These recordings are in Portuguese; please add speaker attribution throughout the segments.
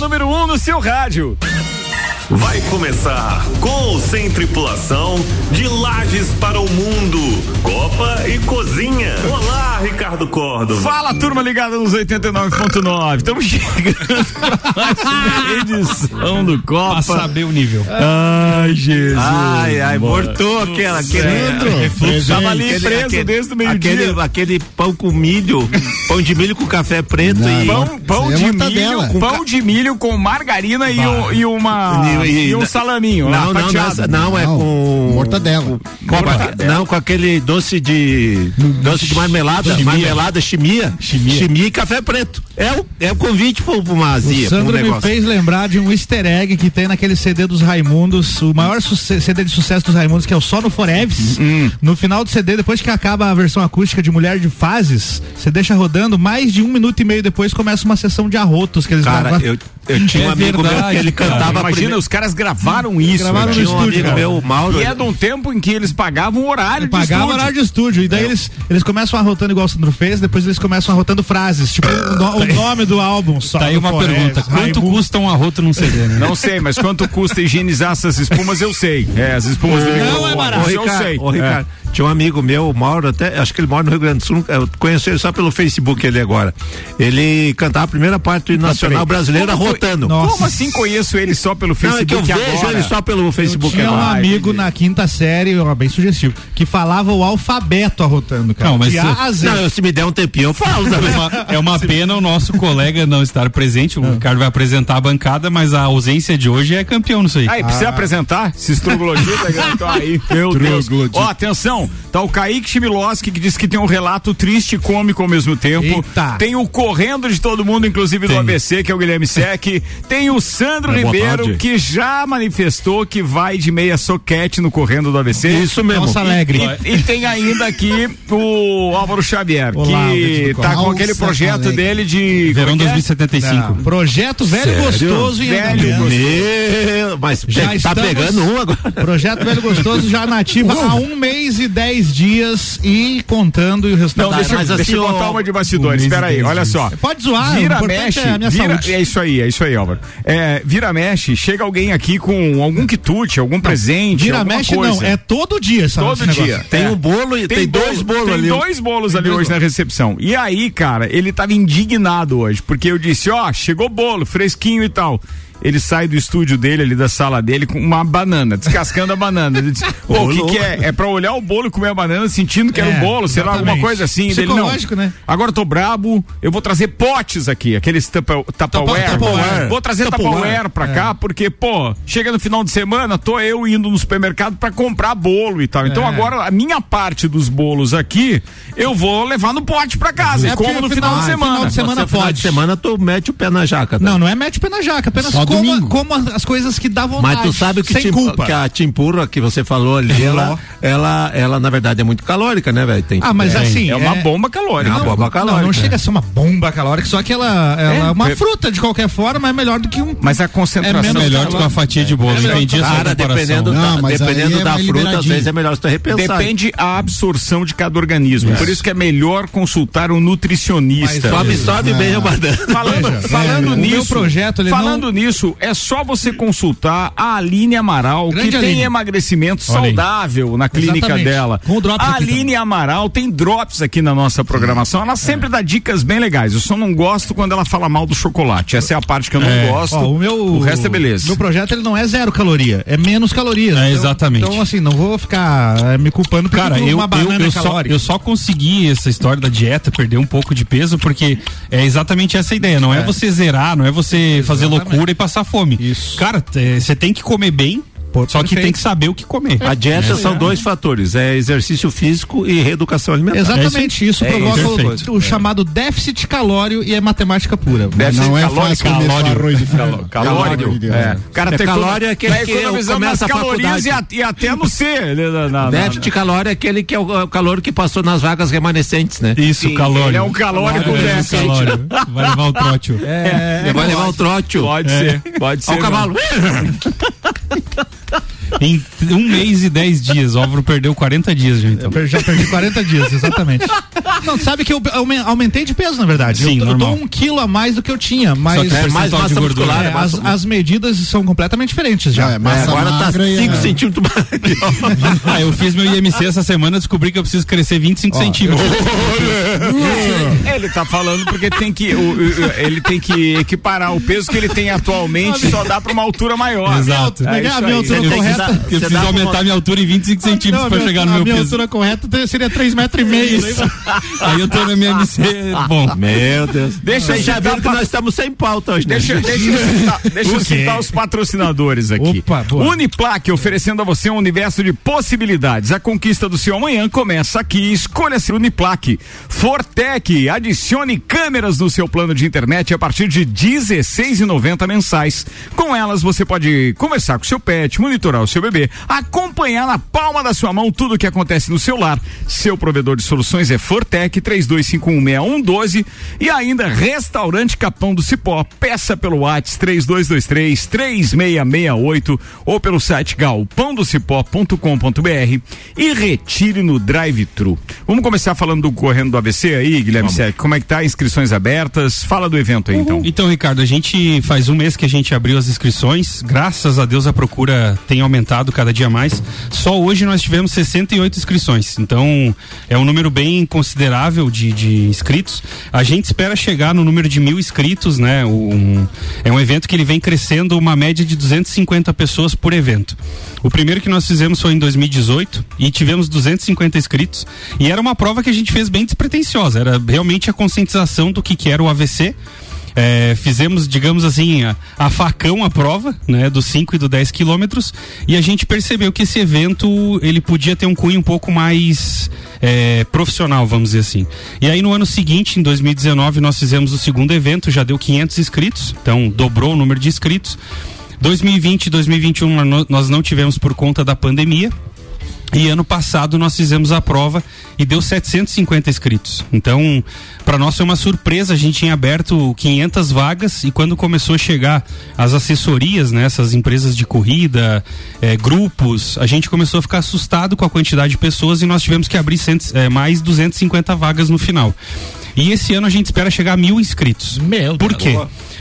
Speaker 1: número 1 um no seu rádio.
Speaker 2: Vai começar com ou sem tripulação de Lages para o Mundo, Copa e Cozinha. Olá, Ricardo Cordo.
Speaker 1: Fala, turma ligada nos 89.9. Estamos chegando para mais uma edição do Copa.
Speaker 3: Pra saber o nível.
Speaker 1: Ai, Jesus.
Speaker 4: Ai, ai, mortou aquela, aquele.
Speaker 1: Refluxo tava ali
Speaker 4: Aquele-
Speaker 1: preso
Speaker 4: aquele-
Speaker 1: desde o meio-dia.
Speaker 4: Aquele, aquele pão com milho, pão de milho com café preto e.
Speaker 1: Pão, pão
Speaker 5: Isso aí é
Speaker 1: de
Speaker 5: mortadela.
Speaker 1: milho, com pão de milho com margarina e, um, e uma
Speaker 4: E-
Speaker 1: e,
Speaker 4: e-
Speaker 1: um salaminho,
Speaker 4: Não,
Speaker 1: lá,
Speaker 4: não, não,
Speaker 1: fatiado.
Speaker 4: não, é
Speaker 5: Não,
Speaker 4: com.
Speaker 5: Mortadela.
Speaker 4: com a- não, com aquele doce de. Doce de marmelada, marmelada, chimia.
Speaker 5: Hum. Chimia.
Speaker 4: e café preto. É o, é o convite pra pra uma
Speaker 5: O
Speaker 4: azia, pra um
Speaker 5: Sandro me
Speaker 4: negócio.
Speaker 5: fez lembrar de um easter egg que tem naquele CD dos Raimundos, o maior suce- CD de sucesso dos Raimundos, que é o Só no Foreves.
Speaker 3: Hum,
Speaker 5: No final do CD, depois que acaba a versão acústica de Mulher de Fases, você deixa rodando, mais de um minuto e meio depois começa uma sessão de arrotos que eles
Speaker 4: Cara,
Speaker 5: gravam-
Speaker 4: eu, eu tinha
Speaker 3: É
Speaker 4: um amigo meu
Speaker 3: verdade,
Speaker 4: que ele
Speaker 3: cara.
Speaker 4: cantava
Speaker 1: Imagina,
Speaker 4: primeiro-
Speaker 1: os caras gravaram isso. né?
Speaker 5: Gravaram
Speaker 1: cara.
Speaker 4: Tinha um
Speaker 5: estúdio,
Speaker 4: amigo
Speaker 5: cara.
Speaker 4: meu, o Mauro.
Speaker 1: E é de um tempo em que eles pagavam o horário de
Speaker 5: Pagava
Speaker 1: estúdio.
Speaker 5: horário de estúdio. E
Speaker 3: É.
Speaker 5: daí eles, eles começam arrotando igual o Sandro fez, depois eles começam arrotando frases. Tipo, o, no- o nome do álbum só.
Speaker 3: Tá aí
Speaker 5: no
Speaker 3: uma
Speaker 5: Foreves,
Speaker 3: pergunta: quanto
Speaker 5: Raimundo.
Speaker 3: custa um arroto num CD, né?
Speaker 1: Não sei, mas quanto custa higienizar essas espumas, eu sei. É, as espumas do
Speaker 5: Não
Speaker 1: microfone,
Speaker 5: é barato.
Speaker 4: Ô,
Speaker 5: É.
Speaker 1: eu
Speaker 4: Ricardo,
Speaker 1: sei.
Speaker 4: ô, Ricardo, tinha um amigo meu, o Mauro, até, acho que ele mora no Rio Grande do Sul, nunca- eu conheci ele só pelo Facebook ele agora. Ele cantava a primeira parte do hino Nacional Brasileiro rotando.
Speaker 1: É.
Speaker 5: Nossa.
Speaker 1: Como assim conheço ele só pelo
Speaker 4: Não, é
Speaker 1: Facebook
Speaker 4: que eu vejo
Speaker 1: agora?
Speaker 4: ele só pelo Facebook
Speaker 3: é
Speaker 5: Tinha um
Speaker 4: agora.
Speaker 5: amigo na quinta série, ó, bem sugestivo, que falava o alfabeto arrotando, cara.
Speaker 3: Não, mas
Speaker 5: de
Speaker 3: se-
Speaker 5: A a Z.
Speaker 4: Não, eu, se me der um tempinho, eu falo também.
Speaker 3: É uma, é uma pena o nosso colega não estar presente. O Ricardo vai apresentar a bancada, mas a ausência de hoje é campeão nisso aí.
Speaker 1: Aí, precisa apresentar? Se estruglodita, garoto, aí. Meu Deus. Ó, atenção, tá o Kaique Chimiloski que diz que tem um relato triste e cômico ao mesmo tempo.
Speaker 5: Eita.
Speaker 1: Tem o correndo de todo mundo, inclusive do
Speaker 3: Tem.
Speaker 1: ABC, que é o Guilherme Sec. Tem o Sandro
Speaker 4: É, boa
Speaker 1: Ribeiro,
Speaker 4: tarde.
Speaker 1: que já manifestou que vai de meia soquete no correndo do ABC.
Speaker 4: Isso mesmo.
Speaker 5: Nossa Alegre.
Speaker 1: E, e tem ainda aqui o Álvaro Xavier,
Speaker 5: Olá, ouvintes
Speaker 1: que
Speaker 5: do
Speaker 1: tá com
Speaker 5: Correio.
Speaker 1: aquele
Speaker 5: Alça
Speaker 1: projeto
Speaker 5: Alegre.
Speaker 1: dele de.
Speaker 3: Verão
Speaker 1: como é que é?
Speaker 3: 2075.
Speaker 5: Não, Projeto Velho
Speaker 4: Sério?
Speaker 5: Gostoso e
Speaker 1: Velho
Speaker 5: andamento.
Speaker 4: Meu, mas
Speaker 5: Já
Speaker 4: tá
Speaker 5: estamos-
Speaker 4: pegando um agora.
Speaker 5: Projeto Velho Gostoso já nativa há um mês e dez dias e contando e o
Speaker 1: Não,
Speaker 5: resultado.
Speaker 1: Então, deixa, eu-
Speaker 4: mas
Speaker 1: deixa eu
Speaker 4: assim,
Speaker 1: contar
Speaker 4: ó,
Speaker 1: uma de bastidores. Espera aí, olha só.
Speaker 5: Pode zoar, o
Speaker 1: Vira,
Speaker 5: importante
Speaker 1: mexe.
Speaker 5: é a minha
Speaker 1: vira-
Speaker 5: saúde.
Speaker 1: É isso aí, é isso aí, Álvaro. É, vira, mexe, chega alguém aqui com algum quitute, algum presente.
Speaker 5: Vira
Speaker 1: alguma
Speaker 5: mexe
Speaker 1: coisa.
Speaker 5: não, é todo dia, sabe?
Speaker 1: Todo
Speaker 5: esse
Speaker 1: dia.
Speaker 5: negócio.
Speaker 4: Tem
Speaker 1: É.
Speaker 4: um bolo e tem,
Speaker 1: bolo,
Speaker 4: dois bolos
Speaker 1: tem
Speaker 4: ali.
Speaker 1: dois bolos ali hoje na recepção. E aí, cara, ele tava indignado hoje, porque eu disse, ó, chegou bolo, fresquinho e tal. Ele sai do estúdio dele, ali da sala dele, com uma banana, descascando a banana. Ele disse, pô, o que, que é? É pra olhar o bolo e comer a banana, sentindo que era
Speaker 5: É,
Speaker 1: um bolo, sei lá, alguma
Speaker 5: exatamente.
Speaker 1: coisa assim. Dele, não.
Speaker 5: Psicológico, né?
Speaker 1: Agora eu tô brabo, eu vou trazer potes aqui, aqueles tapa- Tupperware.
Speaker 5: Tupperware.
Speaker 1: Vou trazer
Speaker 4: Tupperware.
Speaker 1: Tupperware pra cá, porque, pô, chega no final de semana, tô eu indo no supermercado pra comprar bolo e tal. Então
Speaker 5: É.
Speaker 1: agora a minha parte dos bolos aqui, eu vou levar no pote pra casa, e
Speaker 5: É
Speaker 1: como
Speaker 5: porque
Speaker 1: no
Speaker 5: no
Speaker 1: final,
Speaker 5: final-
Speaker 1: de
Speaker 5: ah,
Speaker 1: semana.
Speaker 5: final de semana
Speaker 4: Semana Final de
Speaker 5: pode.
Speaker 4: semana tu mete o pé na jaca. tá?
Speaker 5: Não, não é mete o pé na jaca, apenas
Speaker 3: Só
Speaker 5: como,
Speaker 3: domingo.
Speaker 5: como as coisas que dá vontade.
Speaker 4: Mas tu sabe que,
Speaker 5: sem
Speaker 4: tim-
Speaker 5: culpa.
Speaker 4: que a timpura que você falou ali, ela, ela, ela na verdade é muito calórica, né, velho? Tem-
Speaker 5: Ah, mas
Speaker 4: é.
Speaker 5: assim,
Speaker 1: É uma bomba calórica.
Speaker 4: Não,
Speaker 1: Não,
Speaker 4: pô, bomba calórica.
Speaker 5: Não, não chega a ser uma bomba calórica, só que ela, ela é,
Speaker 1: É,
Speaker 5: uma
Speaker 1: é-
Speaker 5: fruta de qualquer forma, é melhor do que um.
Speaker 1: Mas a
Speaker 5: É
Speaker 1: concentração.
Speaker 5: menos
Speaker 3: Melhor do que uma fatia de bolo.
Speaker 5: É melhor.
Speaker 3: Entendi essa
Speaker 4: Cara, dependendo
Speaker 3: comparação.
Speaker 4: da,
Speaker 5: Não, mas
Speaker 4: dependendo
Speaker 5: aí é
Speaker 4: da
Speaker 5: mais
Speaker 4: fruta, às
Speaker 5: liberadinho.
Speaker 4: vezes é melhor você repensar.
Speaker 1: Depende a absorção de cada organismo. Por isso que é melhor consultar um nutricionista.
Speaker 4: Tu absorve bem né? a banana.
Speaker 1: Falando,
Speaker 5: Veja,
Speaker 1: falando
Speaker 5: é, o
Speaker 1: nisso,
Speaker 5: meu projeto, ele
Speaker 1: falando nisso, é só você consultar a Aline Amaral, que
Speaker 5: Grande
Speaker 1: tem
Speaker 5: Aline.
Speaker 1: emagrecimento
Speaker 3: Olha aí.
Speaker 1: saudável na clínica
Speaker 5: Exatamente.
Speaker 1: dela.
Speaker 5: Com o drops
Speaker 1: a
Speaker 5: aqui
Speaker 1: Aline
Speaker 5: também.
Speaker 1: Amaral tem drops aqui na nossa programação.
Speaker 5: É.
Speaker 1: Ela sempre dá dicas bem legais. Eu só não gosto quando ela fala mal do chocolate. Essa é a parte que eu não
Speaker 3: É.
Speaker 1: gosto.
Speaker 5: Ó, o meu
Speaker 1: resto é beleza.
Speaker 5: Meu projeto ele não é zero caloria, é menos calorias.
Speaker 3: É,
Speaker 5: Então-
Speaker 3: exatamente.
Speaker 5: Então assim, não vou ficar eh, me culpando porque
Speaker 3: Cara,
Speaker 5: tudo
Speaker 3: eu,
Speaker 5: uma banana
Speaker 3: eu, eu,
Speaker 5: é
Speaker 3: só,
Speaker 5: calórica.
Speaker 3: eu só consegui essa história da dieta, perder um pouco de peso, porque é exatamente essa a ideia. Não é, você zerar, não é você fazer loucura e passar fome.
Speaker 5: Isso.
Speaker 3: Cara, eh, você tem que comer bem,
Speaker 5: Pô,
Speaker 3: só que
Speaker 5: perfeito.
Speaker 3: tem que saber o que comer.
Speaker 4: A dieta são dois fatores: é exercício físico e reeducação alimentar.
Speaker 5: Exatamente, isso,
Speaker 4: É
Speaker 5: provoca
Speaker 3: isso.
Speaker 5: o-
Speaker 3: Perfeito.
Speaker 5: o, chamado déficit calório e é matemática pura.
Speaker 1: Déficit
Speaker 5: Não é
Speaker 1: calórico,
Speaker 5: fácil comer só
Speaker 3: calórico.
Speaker 5: arroz e frango.
Speaker 1: Calórico.
Speaker 5: Calórico.
Speaker 1: É. O cara
Speaker 4: É
Speaker 1: tem
Speaker 4: calório é aquele
Speaker 1: tá
Speaker 4: que
Speaker 1: economizando
Speaker 4: começa
Speaker 1: nas
Speaker 4: a
Speaker 1: calorias
Speaker 4: faculdade.
Speaker 1: e, a- e até no C. ele- na- na- na-
Speaker 4: Déficit calórico é aquele que é o o calor que passou nas vagas remanescentes, né?
Speaker 3: Isso,
Speaker 1: Sim,
Speaker 3: calórico.
Speaker 1: ele é um calórico
Speaker 3: Vai levar o
Speaker 1: déficit.
Speaker 3: calórico. Vai levar o trote.
Speaker 5: É.
Speaker 4: Ele vai levar o trote.
Speaker 1: Pode ser, pode ser.
Speaker 4: Olha o
Speaker 1: mesmo.
Speaker 4: cavalo.
Speaker 3: Em um mês e dez dias. O Álvaro perdeu 40 dias, gente.
Speaker 5: Eu per- já perdi 40 dias, exatamente. Não, sabe que eu aume- aumentei de peso, na verdade.
Speaker 3: Sim,
Speaker 5: eu, eu
Speaker 3: normal.
Speaker 5: tô um quilo a mais do que eu tinha, mas.
Speaker 3: Só que é mais
Speaker 5: percentual de
Speaker 3: massa
Speaker 5: gordura.
Speaker 4: muscular,
Speaker 5: É,
Speaker 4: é massa
Speaker 5: as,
Speaker 4: muscular.
Speaker 5: as medidas são completamente diferentes
Speaker 6: É,
Speaker 7: É,
Speaker 5: já.
Speaker 4: Mas agora tá
Speaker 7: magra e
Speaker 4: 5
Speaker 7: é-
Speaker 4: centímetros mais.
Speaker 3: Ah, eu fiz meu IMC essa semana, descobri que eu preciso crescer 25 centímetros.
Speaker 1: Ele tá falando porque tem que. o- o- ele tem que equiparar o peso que ele tem atualmente, só dá pra uma altura maior.
Speaker 3: Exato.
Speaker 1: É
Speaker 5: Pegar
Speaker 1: isso
Speaker 5: a minha
Speaker 1: aí.
Speaker 5: altura
Speaker 4: Você tem que
Speaker 5: correta.
Speaker 4: dar-
Speaker 3: Eu
Speaker 4: você
Speaker 3: preciso
Speaker 4: dá
Speaker 3: aumentar
Speaker 4: uma-
Speaker 3: minha altura em 25 centímetros
Speaker 5: Não,
Speaker 3: pra
Speaker 5: meu-
Speaker 3: chegar
Speaker 5: a
Speaker 3: no meu
Speaker 5: minha
Speaker 3: peso.
Speaker 5: altura correta te- seria 3,5 metros. e meio.
Speaker 3: Isso. Aí eu tô na minha MC. Bom,
Speaker 4: Meu Deus.
Speaker 1: Deixa
Speaker 4: Vocês
Speaker 1: aí,
Speaker 4: já
Speaker 1: dá
Speaker 4: viram que
Speaker 1: pra-
Speaker 4: nós estamos sem pauta hoje, né?
Speaker 1: Deixa, deixa eu citar, deixa eu citar os patrocinadores aqui.
Speaker 5: Opa, boa.
Speaker 1: Uniplaque oferecendo a você um universo de possibilidades. A conquista do seu amanhã começa aqui. Escolha ser Uniplaque. Fortec, adicione câmeras no seu plano de internet a partir de R$16,90 mensais. Com elas você pode conversar com seu pet, monitorar o seu bebê, acompanhar na palma da sua mão tudo o que acontece no seu lar. Seu provedor de soluções é Fortec 32516112 e ainda Restaurante Capão do Cipó. Peça pelo Whats 3223 3668 ou pelo site galpãodocipó.com.br e retire no drive-thru. Vamos começar falando do correndo do ABC aí, Guilherme Sec. Como é que tá? Inscrições abertas? Fala do evento aí então.
Speaker 3: Então, Ricardo, a gente faz um mês que a gente abriu as inscrições. Graças a Deus a procura tem aumentado cada dia mais. Só hoje nós tivemos 68 inscrições. Então, é um número bem considerável de, de inscritos. A gente espera chegar no número de mil inscritos, né? Um- é um evento que ele vem crescendo uma média de 250 pessoas por evento. O primeiro que nós fizemos foi em 2018 e tivemos 250 inscritos. E era uma prova que a gente fez bem despretensiosa. Era realmente a conscientização do que, que era o AVC. É, fizemos, digamos assim, a, a facão a prova, né, dos 5 e do 10 quilômetros, e a gente percebeu que esse evento, ele podia ter um cunho um pouco mais é, profissional, vamos dizer assim. E aí no ano seguinte, em 2019, nós fizemos o segundo evento, já deu 500 inscritos, então dobrou o número de inscritos. 2020 e 2021 no- nós não tivemos por conta da pandemia, e ano passado nós fizemos a prova e deu 750 inscritos. Então, para nós foi uma surpresa, a gente tinha aberto 500 vagas e quando começou a chegar as assessorias, né, essas empresas de corrida, eh, grupos, a gente começou a ficar assustado com a quantidade de pessoas e nós tivemos que abrir cento, eh, mais 250 vagas no final. E esse ano a gente espera chegar a mil inscritos.
Speaker 5: Meu
Speaker 3: Por quê?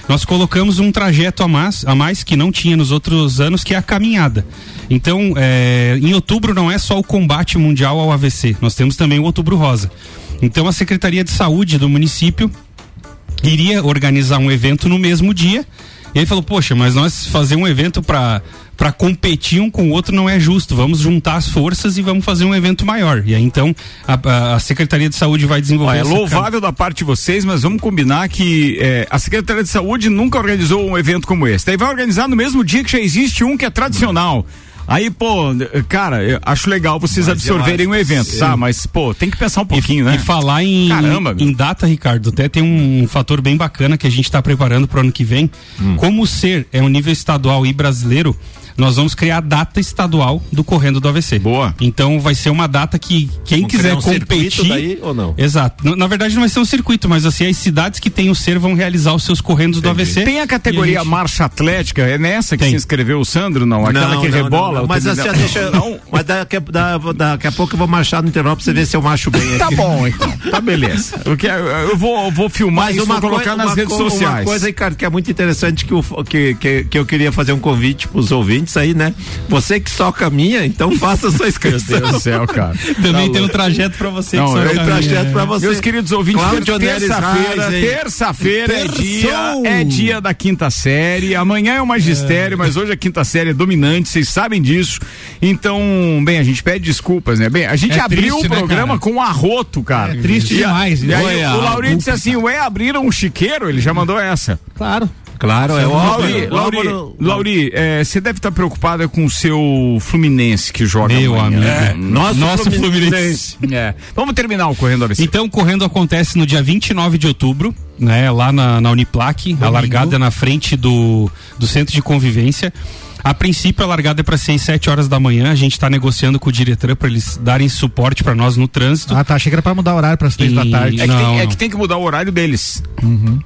Speaker 3: Nós colocamos um trajeto a mais, a mais que não tinha nos outros anos, que é a caminhada. Então, é, em outubro não é só o combate mundial ao AVC, nós temos também o Outubro Rosa. Então, a Secretaria de Saúde do município iria organizar um evento no mesmo dia. E ele falou: Poxa, mas nós fazer um evento para para competir um com o outro não é justo. Vamos juntar as forças e vamos fazer um evento maior. E aí então a, a- a Secretaria de Saúde vai desenvolver.
Speaker 1: Ó, é
Speaker 3: essa
Speaker 1: louvável da parte de vocês, mas vamos combinar que eh, a Secretaria de Saúde nunca organizou um evento como esse. Daí vai organizar no mesmo dia que já existe um que é tradicional. Aí, pô, eh, cara, eu acho legal vocês
Speaker 4: é
Speaker 1: absorverem
Speaker 4: eu
Speaker 1: um
Speaker 4: acho-
Speaker 1: evento, tá? Mas, pô, tem que pensar um pouquinho, né?
Speaker 3: E falar em,
Speaker 1: Caramba, meu.
Speaker 3: em data, Ricardo, até tem um fator bem bacana que a gente está preparando para o ano que vem.
Speaker 4: Hum.
Speaker 3: Como o SER é um nível estadual e brasileiro, nós vamos criar a data estadual do Correndo do AVC.
Speaker 1: Boa.
Speaker 3: Então vai ser uma data que quem
Speaker 4: Vamos
Speaker 3: quiser
Speaker 4: criar um circuito
Speaker 3: competir.
Speaker 4: daí ou não?
Speaker 3: Exato. Na, na verdade não vai ser um circuito, mas assim, as cidades que têm o SER vão realizar os seus correndos do AVC.
Speaker 1: Tem a categoria
Speaker 3: E a gente-
Speaker 1: marcha atlética, é nessa que
Speaker 3: Tem.
Speaker 1: se inscreveu o Sandro, não? Aquela que rebola.
Speaker 4: não,
Speaker 1: o
Speaker 4: Mas,
Speaker 1: tênis
Speaker 4: assim, ó,
Speaker 1: dela.
Speaker 4: deixa, mas daqui, a, da- daqui a pouco eu vou marchar no intervalo pra você ver se eu macho bem
Speaker 1: Tá
Speaker 4: aqui.
Speaker 1: bom, então. Tá beleza. Eu, quero- eu vou, eu vou filmar
Speaker 4: Mas
Speaker 1: isso
Speaker 4: uma
Speaker 1: vou colocar
Speaker 4: coi-
Speaker 1: nas
Speaker 4: uma
Speaker 1: redes
Speaker 4: co-
Speaker 1: sociais.
Speaker 4: Uma coisa, Ricardo, que é muito interessante que, o, fo- que, que, que eu queria fazer um convite pros ouvintes aí, né? Você que só caminha, então faça a sua
Speaker 1: Meu Deus do
Speaker 4: inscrição.
Speaker 1: céu, cara.
Speaker 3: Também
Speaker 1: Tá
Speaker 3: tem um
Speaker 1: louco.
Speaker 3: trajeto para você
Speaker 1: Não,
Speaker 3: que só
Speaker 1: eu-
Speaker 4: Eu
Speaker 3: caminha.
Speaker 4: projeto
Speaker 5: né?
Speaker 4: pra você.
Speaker 1: Meus queridos ouvintes, é
Speaker 4: Cláudio Neres
Speaker 1: terça-feira,
Speaker 4: Reis, hein?
Speaker 1: terça-feira é
Speaker 4: Terçou!
Speaker 1: dia, é dia da quinta série. Amanhã é o magistério, mas hoje a quinta série é dominante, vocês sabem disso. Então, bem, a gente pede desculpas, né? Bem, a gente
Speaker 5: É
Speaker 1: abriu
Speaker 5: triste,
Speaker 1: o
Speaker 5: né,
Speaker 1: programa
Speaker 5: cara?
Speaker 1: com um arroto, cara.
Speaker 5: É triste
Speaker 1: E a-
Speaker 5: demais,
Speaker 1: E aí,
Speaker 5: né?
Speaker 1: o Laurinho disse assim: ué, abriram um chiqueiro? Ele já mandou essa.
Speaker 5: Claro.
Speaker 4: Claro, é
Speaker 1: Lauri,
Speaker 4: óbvio.
Speaker 1: Lauri, Lauri, eh, você deve estar preocupada com o seu Fluminense que joga
Speaker 3: Meu
Speaker 1: amanhã.
Speaker 3: amigo.
Speaker 1: É.
Speaker 3: Nosso, Fluminense.
Speaker 1: É. Vamos terminar o Correndo ABC.
Speaker 3: Então, correndo acontece no dia 29 de outubro, né? Lá na, na Uniplac, a largada na frente do, do centro de convivência. A princípio, a largada é para 6, 7 horas da manhã. A gente está negociando com o Diretran para eles darem suporte para nós no trânsito.
Speaker 5: Ah, tá. Achei que era pra mudar o horário pras três
Speaker 3: E-
Speaker 5: da tarde.
Speaker 1: É, que
Speaker 3: Não,
Speaker 1: tem, é
Speaker 3: não.
Speaker 1: que tem que mudar o horário deles.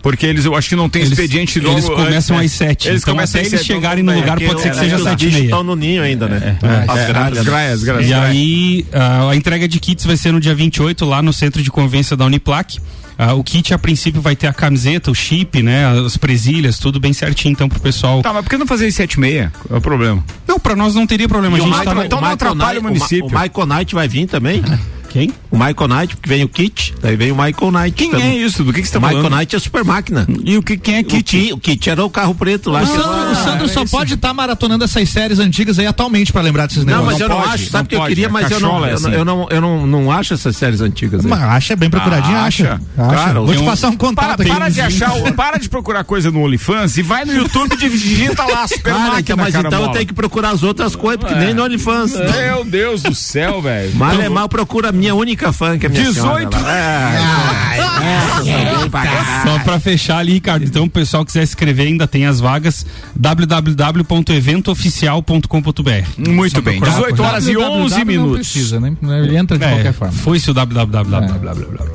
Speaker 1: Porque eles, eu acho que não tem
Speaker 3: Eles-
Speaker 1: expediente logo
Speaker 3: eles começam
Speaker 1: né?
Speaker 3: às sete,
Speaker 1: Eles
Speaker 3: então
Speaker 1: começam
Speaker 3: até
Speaker 1: às
Speaker 3: eles
Speaker 1: sete,
Speaker 3: chegarem
Speaker 1: então,
Speaker 3: no lugar,
Speaker 1: é,
Speaker 3: pode ser que
Speaker 1: é,
Speaker 3: seja
Speaker 1: é,
Speaker 3: sete e meia.
Speaker 4: estão no ninho ainda, né? As
Speaker 1: é,
Speaker 4: gralhas.
Speaker 1: As graias, as graias.
Speaker 3: E
Speaker 1: graias.
Speaker 3: aí, ah, a entrega de kits vai ser no dia 28, lá no centro de convivência da Uniplac. Ah, o kit, a princípio, vai ter a camiseta, o chip, né? As presilhas, tudo bem certinho, então, pro pessoal.
Speaker 1: Tá, mas por que não fazer às sete e meia? Qual É o problema.
Speaker 3: Não, pra nós não teria problema. A
Speaker 4: E o
Speaker 3: gente
Speaker 1: Michael
Speaker 3: tá no...
Speaker 1: vai- então não
Speaker 4: Michael
Speaker 1: atrapalha o
Speaker 4: Knight-
Speaker 1: município.
Speaker 4: O, Ma- o Michael Knight vai vir também.
Speaker 3: Quem?
Speaker 4: o Michael Knight, porque vem o Kit, daí vem o Michael Knight.
Speaker 1: Quem
Speaker 4: também.
Speaker 1: é isso? Do que, que você tá
Speaker 4: O Michael
Speaker 1: falando?
Speaker 4: Knight é super máquina.
Speaker 1: E o que, quem é
Speaker 4: O,
Speaker 1: Kit? Ah,
Speaker 4: Ki- o Kit era o carro preto lá.
Speaker 5: O
Speaker 4: que-
Speaker 5: Sandro, o Sandro só pode estar maratonando essas séries antigas aí atualmente pra lembrar desses
Speaker 4: Não, mas
Speaker 5: negócios.
Speaker 4: eu não
Speaker 1: pode,
Speaker 4: acho,
Speaker 1: não
Speaker 4: sabe o que eu
Speaker 1: pode,
Speaker 4: queria,
Speaker 1: a
Speaker 4: mas eu não,
Speaker 1: cachola é
Speaker 4: eu não-
Speaker 1: assim.
Speaker 4: eu não, eu não, não acho essas séries antigas. aí.
Speaker 5: Mas acha bem procuradinha,
Speaker 1: Ah,
Speaker 5: acha.
Speaker 1: acha.
Speaker 5: Acha.
Speaker 4: Claro,
Speaker 5: Vou te
Speaker 3: tem um-
Speaker 5: passar um contato
Speaker 1: Para,
Speaker 5: aqui.
Speaker 1: para de achar, o- para de procurar coisa no OnlyFans e vai no YouTube e digita lá super
Speaker 4: Cara, então,
Speaker 3: é
Speaker 1: máquina,
Speaker 4: mas
Speaker 1: cara,
Speaker 4: então eu
Speaker 1: bola.
Speaker 4: tenho que procurar as outras coisas, porque nem no OnlyFans. Então,
Speaker 1: Meu Deus do céu, velho.
Speaker 4: Mal é mal, É. procura a minha única fã, que é a minha
Speaker 1: 18.
Speaker 4: senhora lá.
Speaker 3: é Só pra fechar ali, Ricardo. Então, o pessoal quiser escrever, ainda tem as vagas. www.eventooficial.com.br.
Speaker 1: Muito bem.
Speaker 3: procurar.
Speaker 1: 18 horas e 11
Speaker 5: Não
Speaker 1: minutos.
Speaker 5: precisa, né? Ele entra de
Speaker 3: É,
Speaker 5: qualquer forma.
Speaker 3: foi se o www.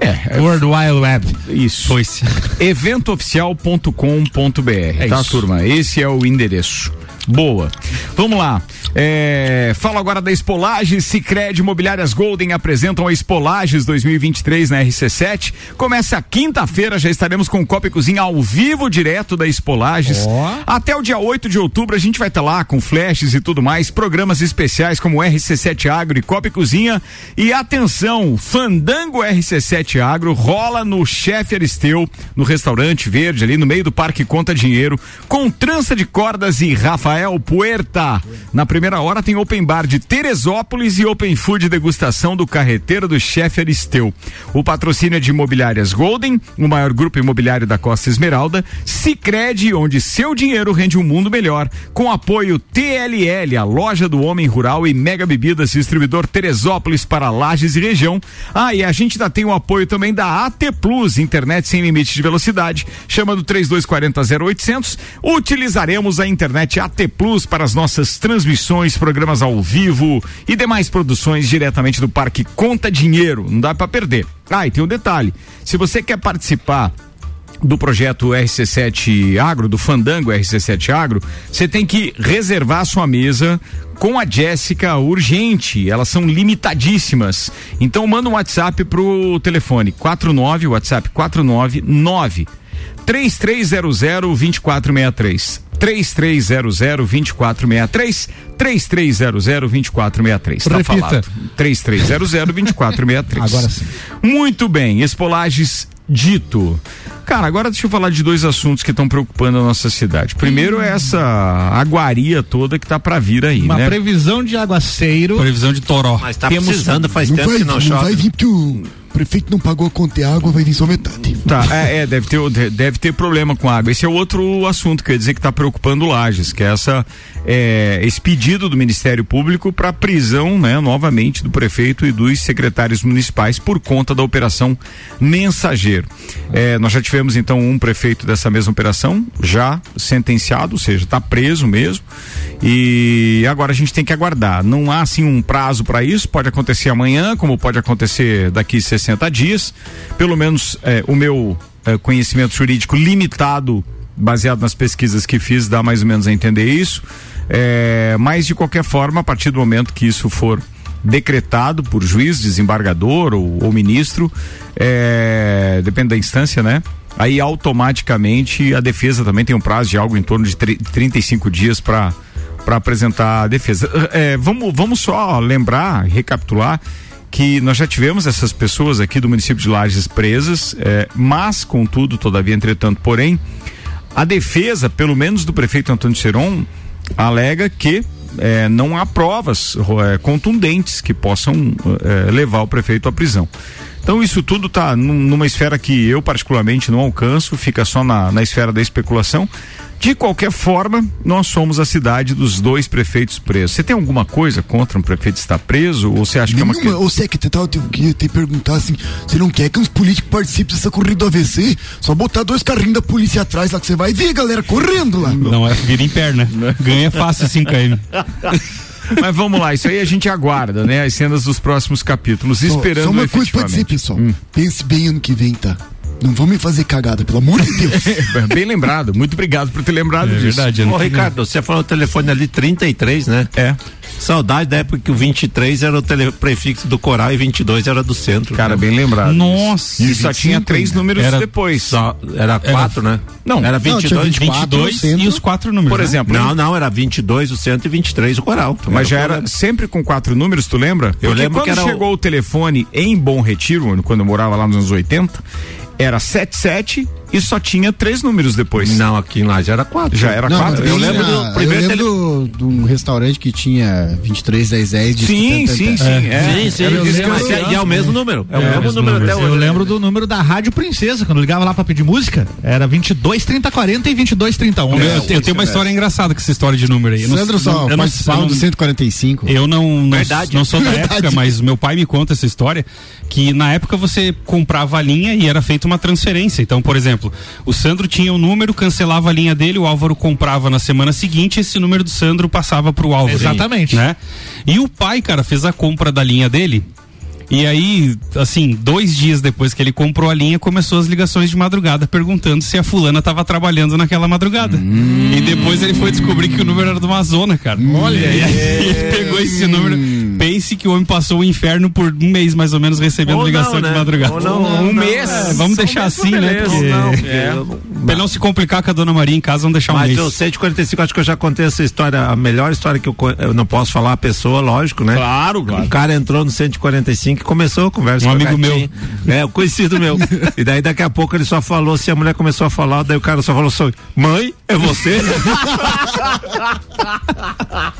Speaker 3: É,
Speaker 5: World Wide Web.
Speaker 1: é Isso.
Speaker 3: foi se.
Speaker 1: eventooficial.com.br,
Speaker 3: É
Speaker 1: tá,
Speaker 3: isso.
Speaker 1: turma? Esse é o endereço. Boa. Vamos lá. É, fala agora da Espolage. Cicred Imobiliárias Golden apresentam a Espolages 2023 na RC7. Começa quinta-feira, já estaremos com o Copa e Cozinha ao vivo direto da Espolages.
Speaker 5: Ó.
Speaker 1: Até o dia 8 de outubro a gente vai estar lá com flashes e tudo mais, programas especiais como RC7 Agro e Copa e Cozinha. E atenção, Fandango RC7 Agro rola no Chefe Aristeu, no restaurante verde ali no meio do Parque Conta Dinheiro, com trança de cordas e Rafael Puerta. Na primeira hora tem open bar de Teresópolis e open food de degustação do carreteiro do Chefe Aristeu. O patrocínio é de Imobiliárias Golden, o maior grupo imobiliário da Costa Esmeralda, Sicredi, onde seu dinheiro rende um mundo melhor, com apoio TLL, a loja do homem rural e Mega Bebidas, distribuidor Teresópolis para Lages e região. Ah, e a gente ainda tem o apoio também da AT Plus, internet sem limite de velocidade, chama do 3240 0800. Utilizaremos a internet AT Plus para as nossas transmissões, programas ao vivo e demais produções diretamente do Parque Conta Dinheiro, não dá para perder. Ah, e tem um detalhe, se você quer participar do projeto RC7 Agro, do Fandango RC7 Agro, você tem que reservar sua mesa com a Jéssica urgente. Elas são limitadíssimas. Então manda um WhatsApp pro telefone 49, WhatsApp 499 3300 2463. 3300 2463 3300 2463. Tá
Speaker 5: Repita.
Speaker 1: falado. 3300 2463.
Speaker 5: Agora sim.
Speaker 1: Muito bem, Espolages dito. Cara, agora deixa eu falar de dois assuntos que estão preocupando a nossa cidade. Primeiro é essa aguaria toda que tá para vir aí,
Speaker 5: Uma
Speaker 1: né?
Speaker 5: previsão de aguaceiro.
Speaker 3: Previsão de Toró.
Speaker 4: Mas tá
Speaker 1: Temos-
Speaker 4: precisando, faz
Speaker 7: Não
Speaker 4: tempo
Speaker 7: vai,
Speaker 4: que
Speaker 7: não
Speaker 4: não chove.
Speaker 7: vai vir porque o prefeito não pagou a conta de água, vai vir só metade.
Speaker 1: Tá, é, é, deve ter o- de- deve ter problema com água. Esse é outro assunto que eu ia dizer que tá preocupando Lages, que é essa é, esse pedido do Ministério Público para prisão, né, novamente do prefeito e dos secretários municipais por conta da operação Mensageiro. É, nós já tivemos então um prefeito dessa mesma operação já sentenciado, ou seja, tá preso mesmo. E agora a gente tem que aguardar. Não há assim um prazo para isso, pode acontecer amanhã, como pode acontecer daqui 60 dias. Pelo menos eh, o meu eh, conhecimento jurídico limitado, baseado nas pesquisas que fiz, dá mais ou menos a entender isso. Eh, mas de qualquer forma, a partir do momento que isso for decretado por juiz, desembargador ou, ou ministro, eh, depende da instância, né? Aí automaticamente a defesa também tem um prazo de algo em torno de tri- 35 dias para para apresentar a defesa. Eh, vamos, vamos só lembrar, recapitular, que nós já tivemos essas pessoas aqui do município de Lages presas, eh, mas, contudo, todavia, entretanto, porém, a defesa, pelo menos do prefeito Antônio Seron, alega que eh, não há provas ro- eh, contundentes que possam eh, levar o prefeito à prisão. Então isso tudo está numa esfera que eu particularmente não alcanço, fica só na, na esfera da especulação. De qualquer forma, nós somos a cidade dos dois prefeitos presos. Você tem alguma coisa contra um prefeito estar preso? Ou você acha que é
Speaker 7: Nenhuma,
Speaker 1: uma. que-
Speaker 7: ou se é que tentar, eu tenho que te perguntar assim: você não quer que uns políticos participem dessa corrida do AVC? Só botar dois carrinhos da polícia atrás lá que você vai ver a galera correndo lá.
Speaker 3: Não, é vira em perna. Ganha fácil 5km.
Speaker 1: Mas vamos lá, isso aí a gente aguarda, né? As cenas dos próximos capítulos.
Speaker 7: Ó,
Speaker 1: Esperando
Speaker 7: Só uma coisa pra
Speaker 1: efetivamente.
Speaker 7: dizer, pessoal: pense bem ano que vem, tá? Não vão me fazer cagada, pelo amor de Deus.
Speaker 1: Bem lembrado, muito obrigado por ter
Speaker 5: É
Speaker 3: É
Speaker 1: lembrado disso.
Speaker 5: né?
Speaker 4: Ô, Ricardo, você falou o telefone ali 33, né?
Speaker 1: É.
Speaker 4: Saudade da época que o 23 era o tele- prefixo do coral e 22 era do centro.
Speaker 1: Cara,
Speaker 4: né?
Speaker 1: bem lembrado.
Speaker 3: Nossa. é
Speaker 1: E só tinha três números
Speaker 3: Era
Speaker 1: depois.
Speaker 4: Só- era 4, né?
Speaker 1: Não.
Speaker 7: Não,
Speaker 4: era 22,
Speaker 7: tinha 24,
Speaker 3: 22 e os quatro números.
Speaker 1: Por
Speaker 3: né?
Speaker 1: exemplo,
Speaker 4: Não, não, era 22 o centro e 23 o coral.
Speaker 1: Mas já
Speaker 4: o
Speaker 1: era
Speaker 4: coral.
Speaker 1: sempre com quatro números, tu lembra?
Speaker 4: Eu
Speaker 1: Porque
Speaker 4: lembro que
Speaker 1: quando
Speaker 4: era o-
Speaker 1: chegou o... telefone em Bom Retiro, quando eu morava lá nos anos 80, era 77 e só tinha três números depois.
Speaker 4: Não, aqui em Laje era 4.
Speaker 1: Já era
Speaker 6: Não,
Speaker 1: quatro.
Speaker 6: eu lembro,
Speaker 4: do
Speaker 6: do,
Speaker 4: primeiro
Speaker 6: eu lembro do- de um restaurante que tinha 23, 10, 10. disco,
Speaker 1: Sim,
Speaker 6: tan, tan,
Speaker 1: sim,
Speaker 6: tan.
Speaker 1: sim. é.
Speaker 4: Sim, sim,
Speaker 1: Era
Speaker 4: mas
Speaker 1: isso que eu
Speaker 4: é-
Speaker 1: lembro.
Speaker 4: e é o mesmo número. É, o mesmo, número até hoje.
Speaker 5: Eu lembro do número da Rádio Princesa, quando eu ligava lá pra pedir música, era 22 30 40 e um. 22 31.
Speaker 3: Eu, eu tenho uma história engraçada com essa história de número aí. Eu não-
Speaker 6: É. Sandro só
Speaker 3: eu não-
Speaker 6: participava
Speaker 3: eu
Speaker 6: do
Speaker 3: não-
Speaker 6: 145.
Speaker 3: Eu não, não,
Speaker 4: Verdade.
Speaker 3: não sou da época, mas meu pai me conta essa história que na época você comprava a linha e era feita uma transferência. Então, por exemplo, o Sandro tinha um número, cancelava a linha dele, o Álvaro comprava na semana seguinte, esse número do Sandro passava pro Álvaro.
Speaker 5: Exatamente.
Speaker 3: Né? E o pai, cara, fez a compra da linha dele. E aí, assim, dois dias depois que ele comprou a linha, começou as ligações de madrugada perguntando se a fulana tava trabalhando naquela madrugada. E depois ele foi descobrir que o número era de uma zona, cara.
Speaker 4: Hum.
Speaker 3: Olha aí. Ele pegou esse número. Pense que o homem passou o inferno por um mês, mais ou menos, recebendo
Speaker 4: Ou
Speaker 3: ligação
Speaker 4: não,
Speaker 3: de
Speaker 4: né?
Speaker 3: madrugada.
Speaker 4: Ou não,
Speaker 3: um
Speaker 4: não,
Speaker 3: mês.
Speaker 4: é,
Speaker 3: Vamos deixar assim, né?
Speaker 4: Beleza,
Speaker 3: Porque...
Speaker 4: não, porque
Speaker 1: É.
Speaker 4: eu-
Speaker 3: Pra não se complicar com a dona Maria em casa, vamos deixar um
Speaker 4: Mas
Speaker 3: mês.
Speaker 4: eu 145, acho que eu já contei essa história, a melhor história que eu, con- eu não posso falar a pessoa, lógico, né?
Speaker 1: Claro,
Speaker 4: O
Speaker 1: claro.
Speaker 4: cara entrou no 145 e começou a conversa
Speaker 3: Um
Speaker 4: com a
Speaker 3: amigo
Speaker 4: gatinha. É, um conhecido meu. E daí daqui a pouco ele só falou, se a mulher começou a falar, daí o cara só falou assim, mãe, é você?
Speaker 3: Ah,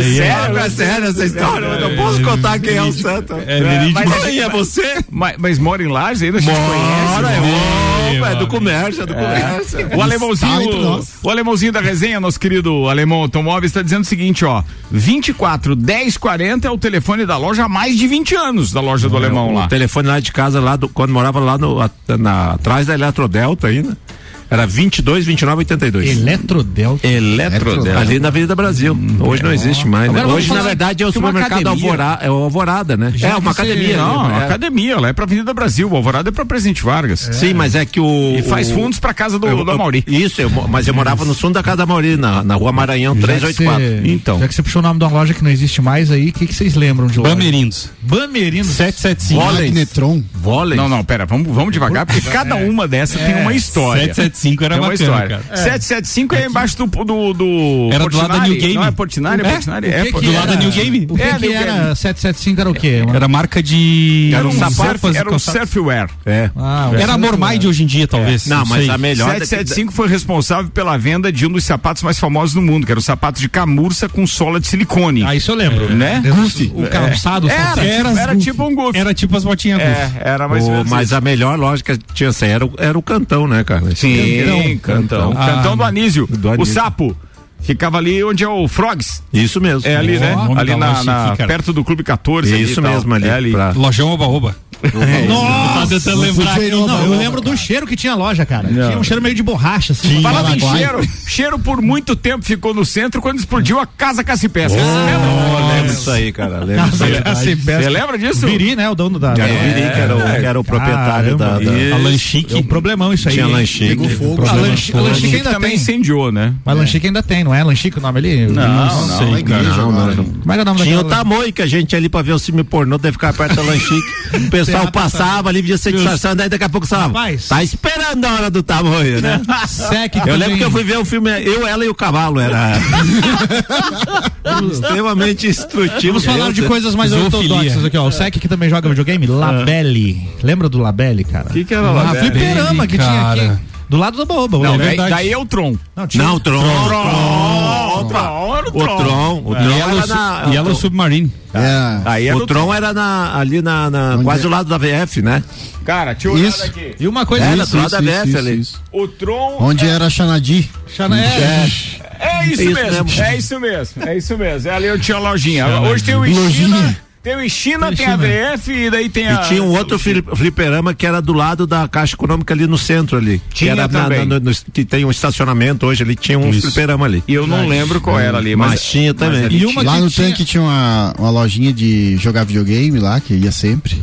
Speaker 3: e é-
Speaker 4: sério, é sério essa história, eu não posso contar quem é o santo.
Speaker 3: é verídico.
Speaker 4: Mãe, é você?
Speaker 1: Mas, mas mora em Lages ainda? a gente conhece,
Speaker 4: Bora,
Speaker 1: né?
Speaker 4: é, opa, é do
Speaker 3: mano.
Speaker 4: comércio, é do comércio.
Speaker 1: O
Speaker 3: tá
Speaker 6: Está entre
Speaker 1: alemãozinho,
Speaker 6: nós.
Speaker 1: o alemãozinho da resenha, nosso querido alemão automóvel, está dizendo o seguinte, ó, 24 10 40 é o telefone da loja há mais de 20 anos, da
Speaker 3: É,
Speaker 1: loja do alemão lá.
Speaker 4: O telefone lá de casa, lá do- quando morava lá no, a- na- atrás da Eletrodelta ainda, era 22, 29, 82.
Speaker 5: Eletrodelta.
Speaker 1: Eletrodelta.
Speaker 4: Ali na Avenida Brasil. Hoje não existe mais. Né?
Speaker 5: Agora vamos
Speaker 4: Hoje, na
Speaker 5: falar-
Speaker 4: verdade, é o
Speaker 1: tem uma
Speaker 4: supermercado
Speaker 1: academia.
Speaker 4: Alvorada, é o Alvorada, né? é uma academia.
Speaker 1: Não,
Speaker 4: né?
Speaker 1: a
Speaker 4: É.
Speaker 1: academia, ela é pra Avenida Brasil, o Alvorada é pra Presidente Vargas.
Speaker 4: Sim, mas é que o.
Speaker 1: E faz
Speaker 4: o-
Speaker 1: fundos pra casa do,
Speaker 4: eu-
Speaker 1: do Amauri.
Speaker 4: eu- Isso, eu mo- mas eu morava no fundo da casa da Mauri, na, na rua Maranhão
Speaker 5: Já que
Speaker 4: 384.
Speaker 5: cê-
Speaker 1: Então.
Speaker 5: Já que você puxou o nome de uma loja que não existe mais aí, o que que vocês lembram de loja?
Speaker 3: Bamerindos.
Speaker 5: Bamerindos.
Speaker 3: 775.
Speaker 6: Magnetron.
Speaker 4: Vôlei?
Speaker 1: Não, não, pera, vamos, vamos devagar, porque
Speaker 3: É.
Speaker 1: cada uma dessa tem uma história.
Speaker 3: 775 era
Speaker 1: Tem uma
Speaker 3: É. bacana,
Speaker 1: história.
Speaker 3: cara.
Speaker 1: 775 é embaixo do. do, do
Speaker 3: Era do lado da
Speaker 1: Portinari?
Speaker 3: New Game.
Speaker 1: Não é Portinari? É,
Speaker 3: É?
Speaker 1: Portinari?
Speaker 3: O
Speaker 1: É,
Speaker 3: que que
Speaker 1: Portinari.
Speaker 3: Do lado da New Game?
Speaker 5: O que,
Speaker 1: É,
Speaker 5: que
Speaker 1: New
Speaker 5: era
Speaker 1: Game.
Speaker 5: 775 era o quê? Uma-
Speaker 3: Era marca de.
Speaker 1: Era um,
Speaker 3: roupas
Speaker 1: surf,
Speaker 3: e
Speaker 1: era um
Speaker 3: calçados.
Speaker 1: surfwear.
Speaker 4: É.
Speaker 5: Ah, o
Speaker 3: Era
Speaker 5: Santos,
Speaker 3: Mormaid hoje em dia, talvez.
Speaker 4: Não, mas
Speaker 3: sei.
Speaker 4: a melhor. é
Speaker 1: 775 foi responsável pela venda de um dos sapatos mais famosos do mundo, que era o sapato de camurça com sola de silicone.
Speaker 5: Ah, isso eu lembro.
Speaker 1: Né?
Speaker 5: Goofy. O calçado.
Speaker 1: Era,
Speaker 5: sabe?
Speaker 1: tipo, era tipo um golfe.
Speaker 3: Era tipo as botinhas Goofy.
Speaker 1: É, era mais ou
Speaker 4: O,
Speaker 1: menos
Speaker 4: mas a melhor lógica que tinha essa era, o- era o cantão, né, cara?
Speaker 1: Sim, cantão. Cantão,
Speaker 3: Ah,
Speaker 1: do, Anísio.
Speaker 4: do
Speaker 1: O
Speaker 4: Anísio.
Speaker 1: sapo. Ficava ali onde é o Frogs.
Speaker 4: Isso mesmo.
Speaker 1: É ali, né?
Speaker 3: o nome
Speaker 1: Ali
Speaker 3: da
Speaker 1: na,
Speaker 3: loja
Speaker 1: na-
Speaker 3: aqui, cara.
Speaker 1: perto do Clube 14. ali
Speaker 4: Isso
Speaker 1: e tal.
Speaker 4: mesmo ali.
Speaker 1: É ali.
Speaker 4: pra-
Speaker 3: Lojão Oba-Oba. Nossa, tá tentando lembrar aqui.
Speaker 6: Não,
Speaker 5: Não, eu lembro do cheiro que tinha a loja, cara. Tinha um cheiro meio de borracha, assim.
Speaker 6: Tinha.
Speaker 1: Falando em
Speaker 6: Paraguai.
Speaker 1: cheiro, cheiro por muito tempo ficou no centro quando explodiu a Casa Cacipesca. Você lembra?
Speaker 4: Eu lembro disso aí, cara. Lembro disso aí.
Speaker 5: Nossa,
Speaker 1: Você lembra disso?
Speaker 5: Viri, né? O dono da.
Speaker 4: Era o Viri, que era o, que era o proprietário da. da-
Speaker 3: A
Speaker 5: É um
Speaker 3: Lanchique.
Speaker 5: problemão isso aí. Ah,
Speaker 4: Tinha
Speaker 5: hein?
Speaker 4: lancheira.
Speaker 6: Pegou fogo. né?
Speaker 5: A Lanchique a Lanchique
Speaker 1: Que
Speaker 5: ainda
Speaker 1: também
Speaker 5: tem.
Speaker 1: incendiou, né?
Speaker 5: Mas Lanchique ainda tem, não é? Lanchique o nome ali?
Speaker 1: Não,
Speaker 6: Nossa, uma igreja agora.
Speaker 5: Como era o nome
Speaker 4: Tinha o
Speaker 5: daquela-
Speaker 4: tamanho que a gente ia ali pra ver o filme pornô, deve ficar perto da lanchique. O pessoal passava ali, podia ser disfarçando, daí daqui a pouco falava,
Speaker 5: Rapaz.
Speaker 4: tá esperando a hora do tamanho, né?
Speaker 5: Sec
Speaker 4: Eu
Speaker 5: também.
Speaker 4: lembro que eu fui ver o filme Eu, Ela e o Cavalo, era extremamente instrutivo.
Speaker 5: Vamos falar de coisas mais
Speaker 3: Zoofilia.
Speaker 5: ortodoxas aqui, ó. O Sec que também joga videogame, Labelle. Lembra do Labelle, cara? O que,
Speaker 1: que era Labelle?
Speaker 4: Ah,
Speaker 5: fliperama que tinha
Speaker 3: Cara.
Speaker 5: aqui. Do lado da boba.
Speaker 4: é
Speaker 1: Não,
Speaker 5: o
Speaker 1: daí,
Speaker 5: Labelle.
Speaker 1: daí é o Tron.
Speaker 5: Não, tinha.
Speaker 4: Não, Tron. Tron.
Speaker 1: o Tron era o
Speaker 4: O
Speaker 1: Tron.
Speaker 4: Tron, o Tron
Speaker 3: Yellow,
Speaker 4: era
Speaker 3: Su-
Speaker 4: na.
Speaker 3: Yellow Submarine.
Speaker 6: É.
Speaker 1: Aí era
Speaker 4: o Tron era na, ali na, na-
Speaker 6: Onde
Speaker 4: quase
Speaker 6: é?
Speaker 4: o lado da VF, né?
Speaker 1: É, Cara, deixa eu olhar
Speaker 6: Isso.
Speaker 1: daqui.
Speaker 5: E uma coisa.
Speaker 4: Era do lado da VF ali.
Speaker 1: O Tron.
Speaker 6: Onde era a Xanadi?
Speaker 5: Chana- é,
Speaker 1: É isso,
Speaker 4: É isso
Speaker 1: mesmo,
Speaker 4: mesmo.
Speaker 1: É isso mesmo. É isso mesmo. É ali onde tinha a lojinha. Hoje tem o China.
Speaker 6: Lojinha.
Speaker 1: Tem o China, tem
Speaker 5: Tem
Speaker 1: a
Speaker 5: o
Speaker 1: VF e daí tem
Speaker 4: E
Speaker 1: a.
Speaker 4: tinha um outro fili- fliperama que era do lado da Caixa Econômica ali no centro ali.
Speaker 1: Tinha
Speaker 4: que, era na-
Speaker 1: também.
Speaker 4: na- no- que tem um estacionamento hoje ali, tinha um fliperama ali.
Speaker 1: E eu não lembro qual era ali,
Speaker 4: mas,
Speaker 1: mas.
Speaker 4: tinha também.
Speaker 1: ali-
Speaker 5: E uma
Speaker 6: Lá
Speaker 5: que
Speaker 6: no
Speaker 5: tinha-
Speaker 6: tanque tinha uma, uma lojinha de jogar videogame lá, que ia sempre.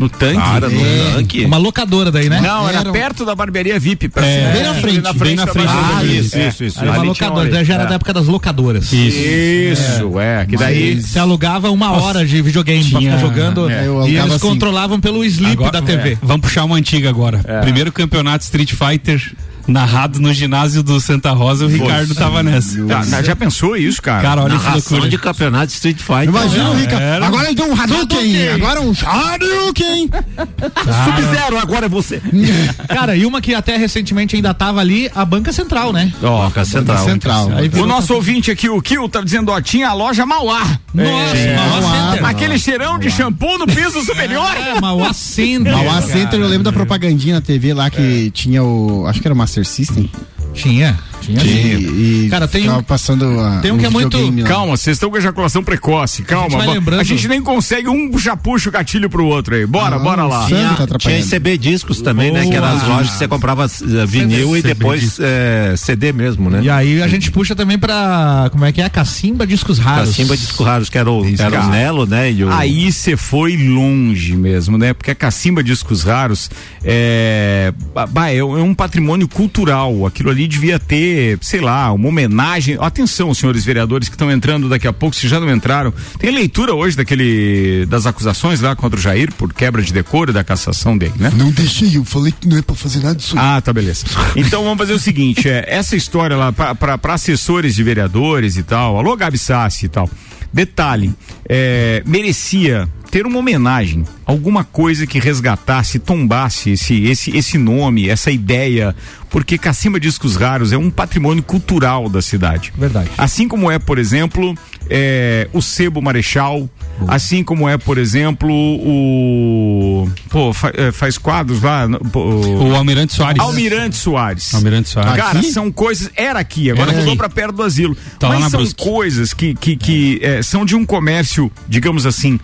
Speaker 1: No tanque?
Speaker 4: Cara, no
Speaker 1: É.
Speaker 4: tanque.
Speaker 5: Uma locadora daí, né?
Speaker 1: Não, era,
Speaker 6: Era um-
Speaker 1: perto da barbearia VIP. Pra
Speaker 3: É,
Speaker 1: cima.
Speaker 6: bem na
Speaker 1: Ali
Speaker 6: frente, bem
Speaker 3: na
Speaker 1: da
Speaker 3: frente da
Speaker 1: barbearia.
Speaker 4: Ah,
Speaker 3: barbearia.
Speaker 4: isso,
Speaker 1: É.
Speaker 4: isso, isso.
Speaker 5: Era uma
Speaker 1: Ali tinha um
Speaker 5: locadora,
Speaker 1: ali.
Speaker 5: já era da época das locadoras.
Speaker 1: Isso, é. Que daí.
Speaker 5: Você alugava uma hora de videogame pra
Speaker 3: tinha-
Speaker 5: ficar jogando.
Speaker 6: é, eu
Speaker 5: E
Speaker 6: alugava
Speaker 5: eles
Speaker 6: assim.
Speaker 5: controlavam pelo sleep
Speaker 3: Agora-
Speaker 5: da TV.
Speaker 3: é, Vamos puxar uma antiga agora. Primeiro campeonato Street Fighter narrado no ginásio do Santa Rosa, o Ricardo tava nessa.
Speaker 1: Tá, tá, já pensou isso, cara?
Speaker 3: Cara, olha que
Speaker 4: Narração
Speaker 3: loucura.
Speaker 4: de campeonato de Street Fighter.
Speaker 6: Imagina o Rica.
Speaker 3: era-
Speaker 6: Agora ele deu um Hadouken. Agora um Hadouken.
Speaker 4: Sub-Zero, agora é você.
Speaker 5: Cara, e uma que até recentemente ainda tava ali, a Banca Central, né?
Speaker 4: Ó, Tá, Central.
Speaker 6: Central.
Speaker 5: Aí
Speaker 1: O
Speaker 5: virou-
Speaker 1: nosso ouvinte aqui, o Kill, tá dizendo, ó, tinha a loja Mauá. É.
Speaker 5: Nossa, Mauá Center.
Speaker 1: Aquele cheirão de shampoo no piso superior.
Speaker 5: É, Mauá Center.
Speaker 6: Mauá Center, eu lembro da propagandinha na TV lá que tinha o. Acho que era o Master System.
Speaker 5: Tinha. Tinha. sim.
Speaker 6: E, e
Speaker 5: Cara, tem
Speaker 6: ficava
Speaker 5: um-
Speaker 6: passando a,
Speaker 5: tem um que é muito-
Speaker 6: videogame lá.
Speaker 1: Calma, vocês estão com ejaculação precoce, calma.
Speaker 5: vai
Speaker 1: Bo-
Speaker 5: lembrando.
Speaker 1: A gente nem consegue, um já puxa o gatilho pro outro aí. Bora,
Speaker 6: Ah,
Speaker 1: bora lá.
Speaker 6: sim.
Speaker 4: Tinha,
Speaker 6: Tá
Speaker 4: tinha
Speaker 6: atrapalhando.
Speaker 4: CB discos também, né? Que eram as lojas que você comprava eh, vinil e
Speaker 3: CB
Speaker 4: depois eh, CD mesmo, né?
Speaker 5: E aí a gente puxa também pra. Como é que é? Cacimba Discos Raros.
Speaker 4: Cacimba Disco Raros, que era o,
Speaker 1: Isso,
Speaker 4: era o
Speaker 1: cara.
Speaker 4: Nelo, né? E o,
Speaker 1: Aí você foi longe mesmo, né? Porque a Cacimba Discos Raros é, ba- ba- é um é um patrimônio cultural. Aquilo ali devia ter, sei lá, uma homenagem. Atenção, senhores vereadores que estão entrando daqui a pouco, se já não entraram. Tem leitura hoje daquele das acusações lá contra o Jair por quebra de decoro e da cassação dele, né?
Speaker 7: Não deixei, eu falei que não é pra fazer nada disso.
Speaker 1: Ah, tá, beleza. Então vamos fazer o seguinte: é, essa história lá, pra- pra pra assessores de vereadores e tal, alô Gabi Sassi e tal. Detalhe, é, merecia ter uma homenagem, alguma coisa que resgatasse, tombasse esse, esse, esse nome, essa ideia, porque Cacimba Discos Raros é um patrimônio cultural da cidade.
Speaker 5: Verdade.
Speaker 1: Assim como é, por exemplo, é, o Sebo Marechal, assim como é, por exemplo, o. Pô, fa- é, faz quadros lá. no- pô,
Speaker 3: O Almirante Soares.
Speaker 1: Almirante Soares.
Speaker 3: Almirante Soares.
Speaker 1: Cara,
Speaker 6: Aqui?
Speaker 1: são coisas. Era aqui, agora
Speaker 3: Era
Speaker 1: mudou
Speaker 3: aqui.
Speaker 1: pra perto do asilo.
Speaker 3: Tá lá
Speaker 1: Mas
Speaker 3: na
Speaker 1: são
Speaker 3: Brusque.
Speaker 1: coisas que, que, que eh, são de um comércio, digamos assim.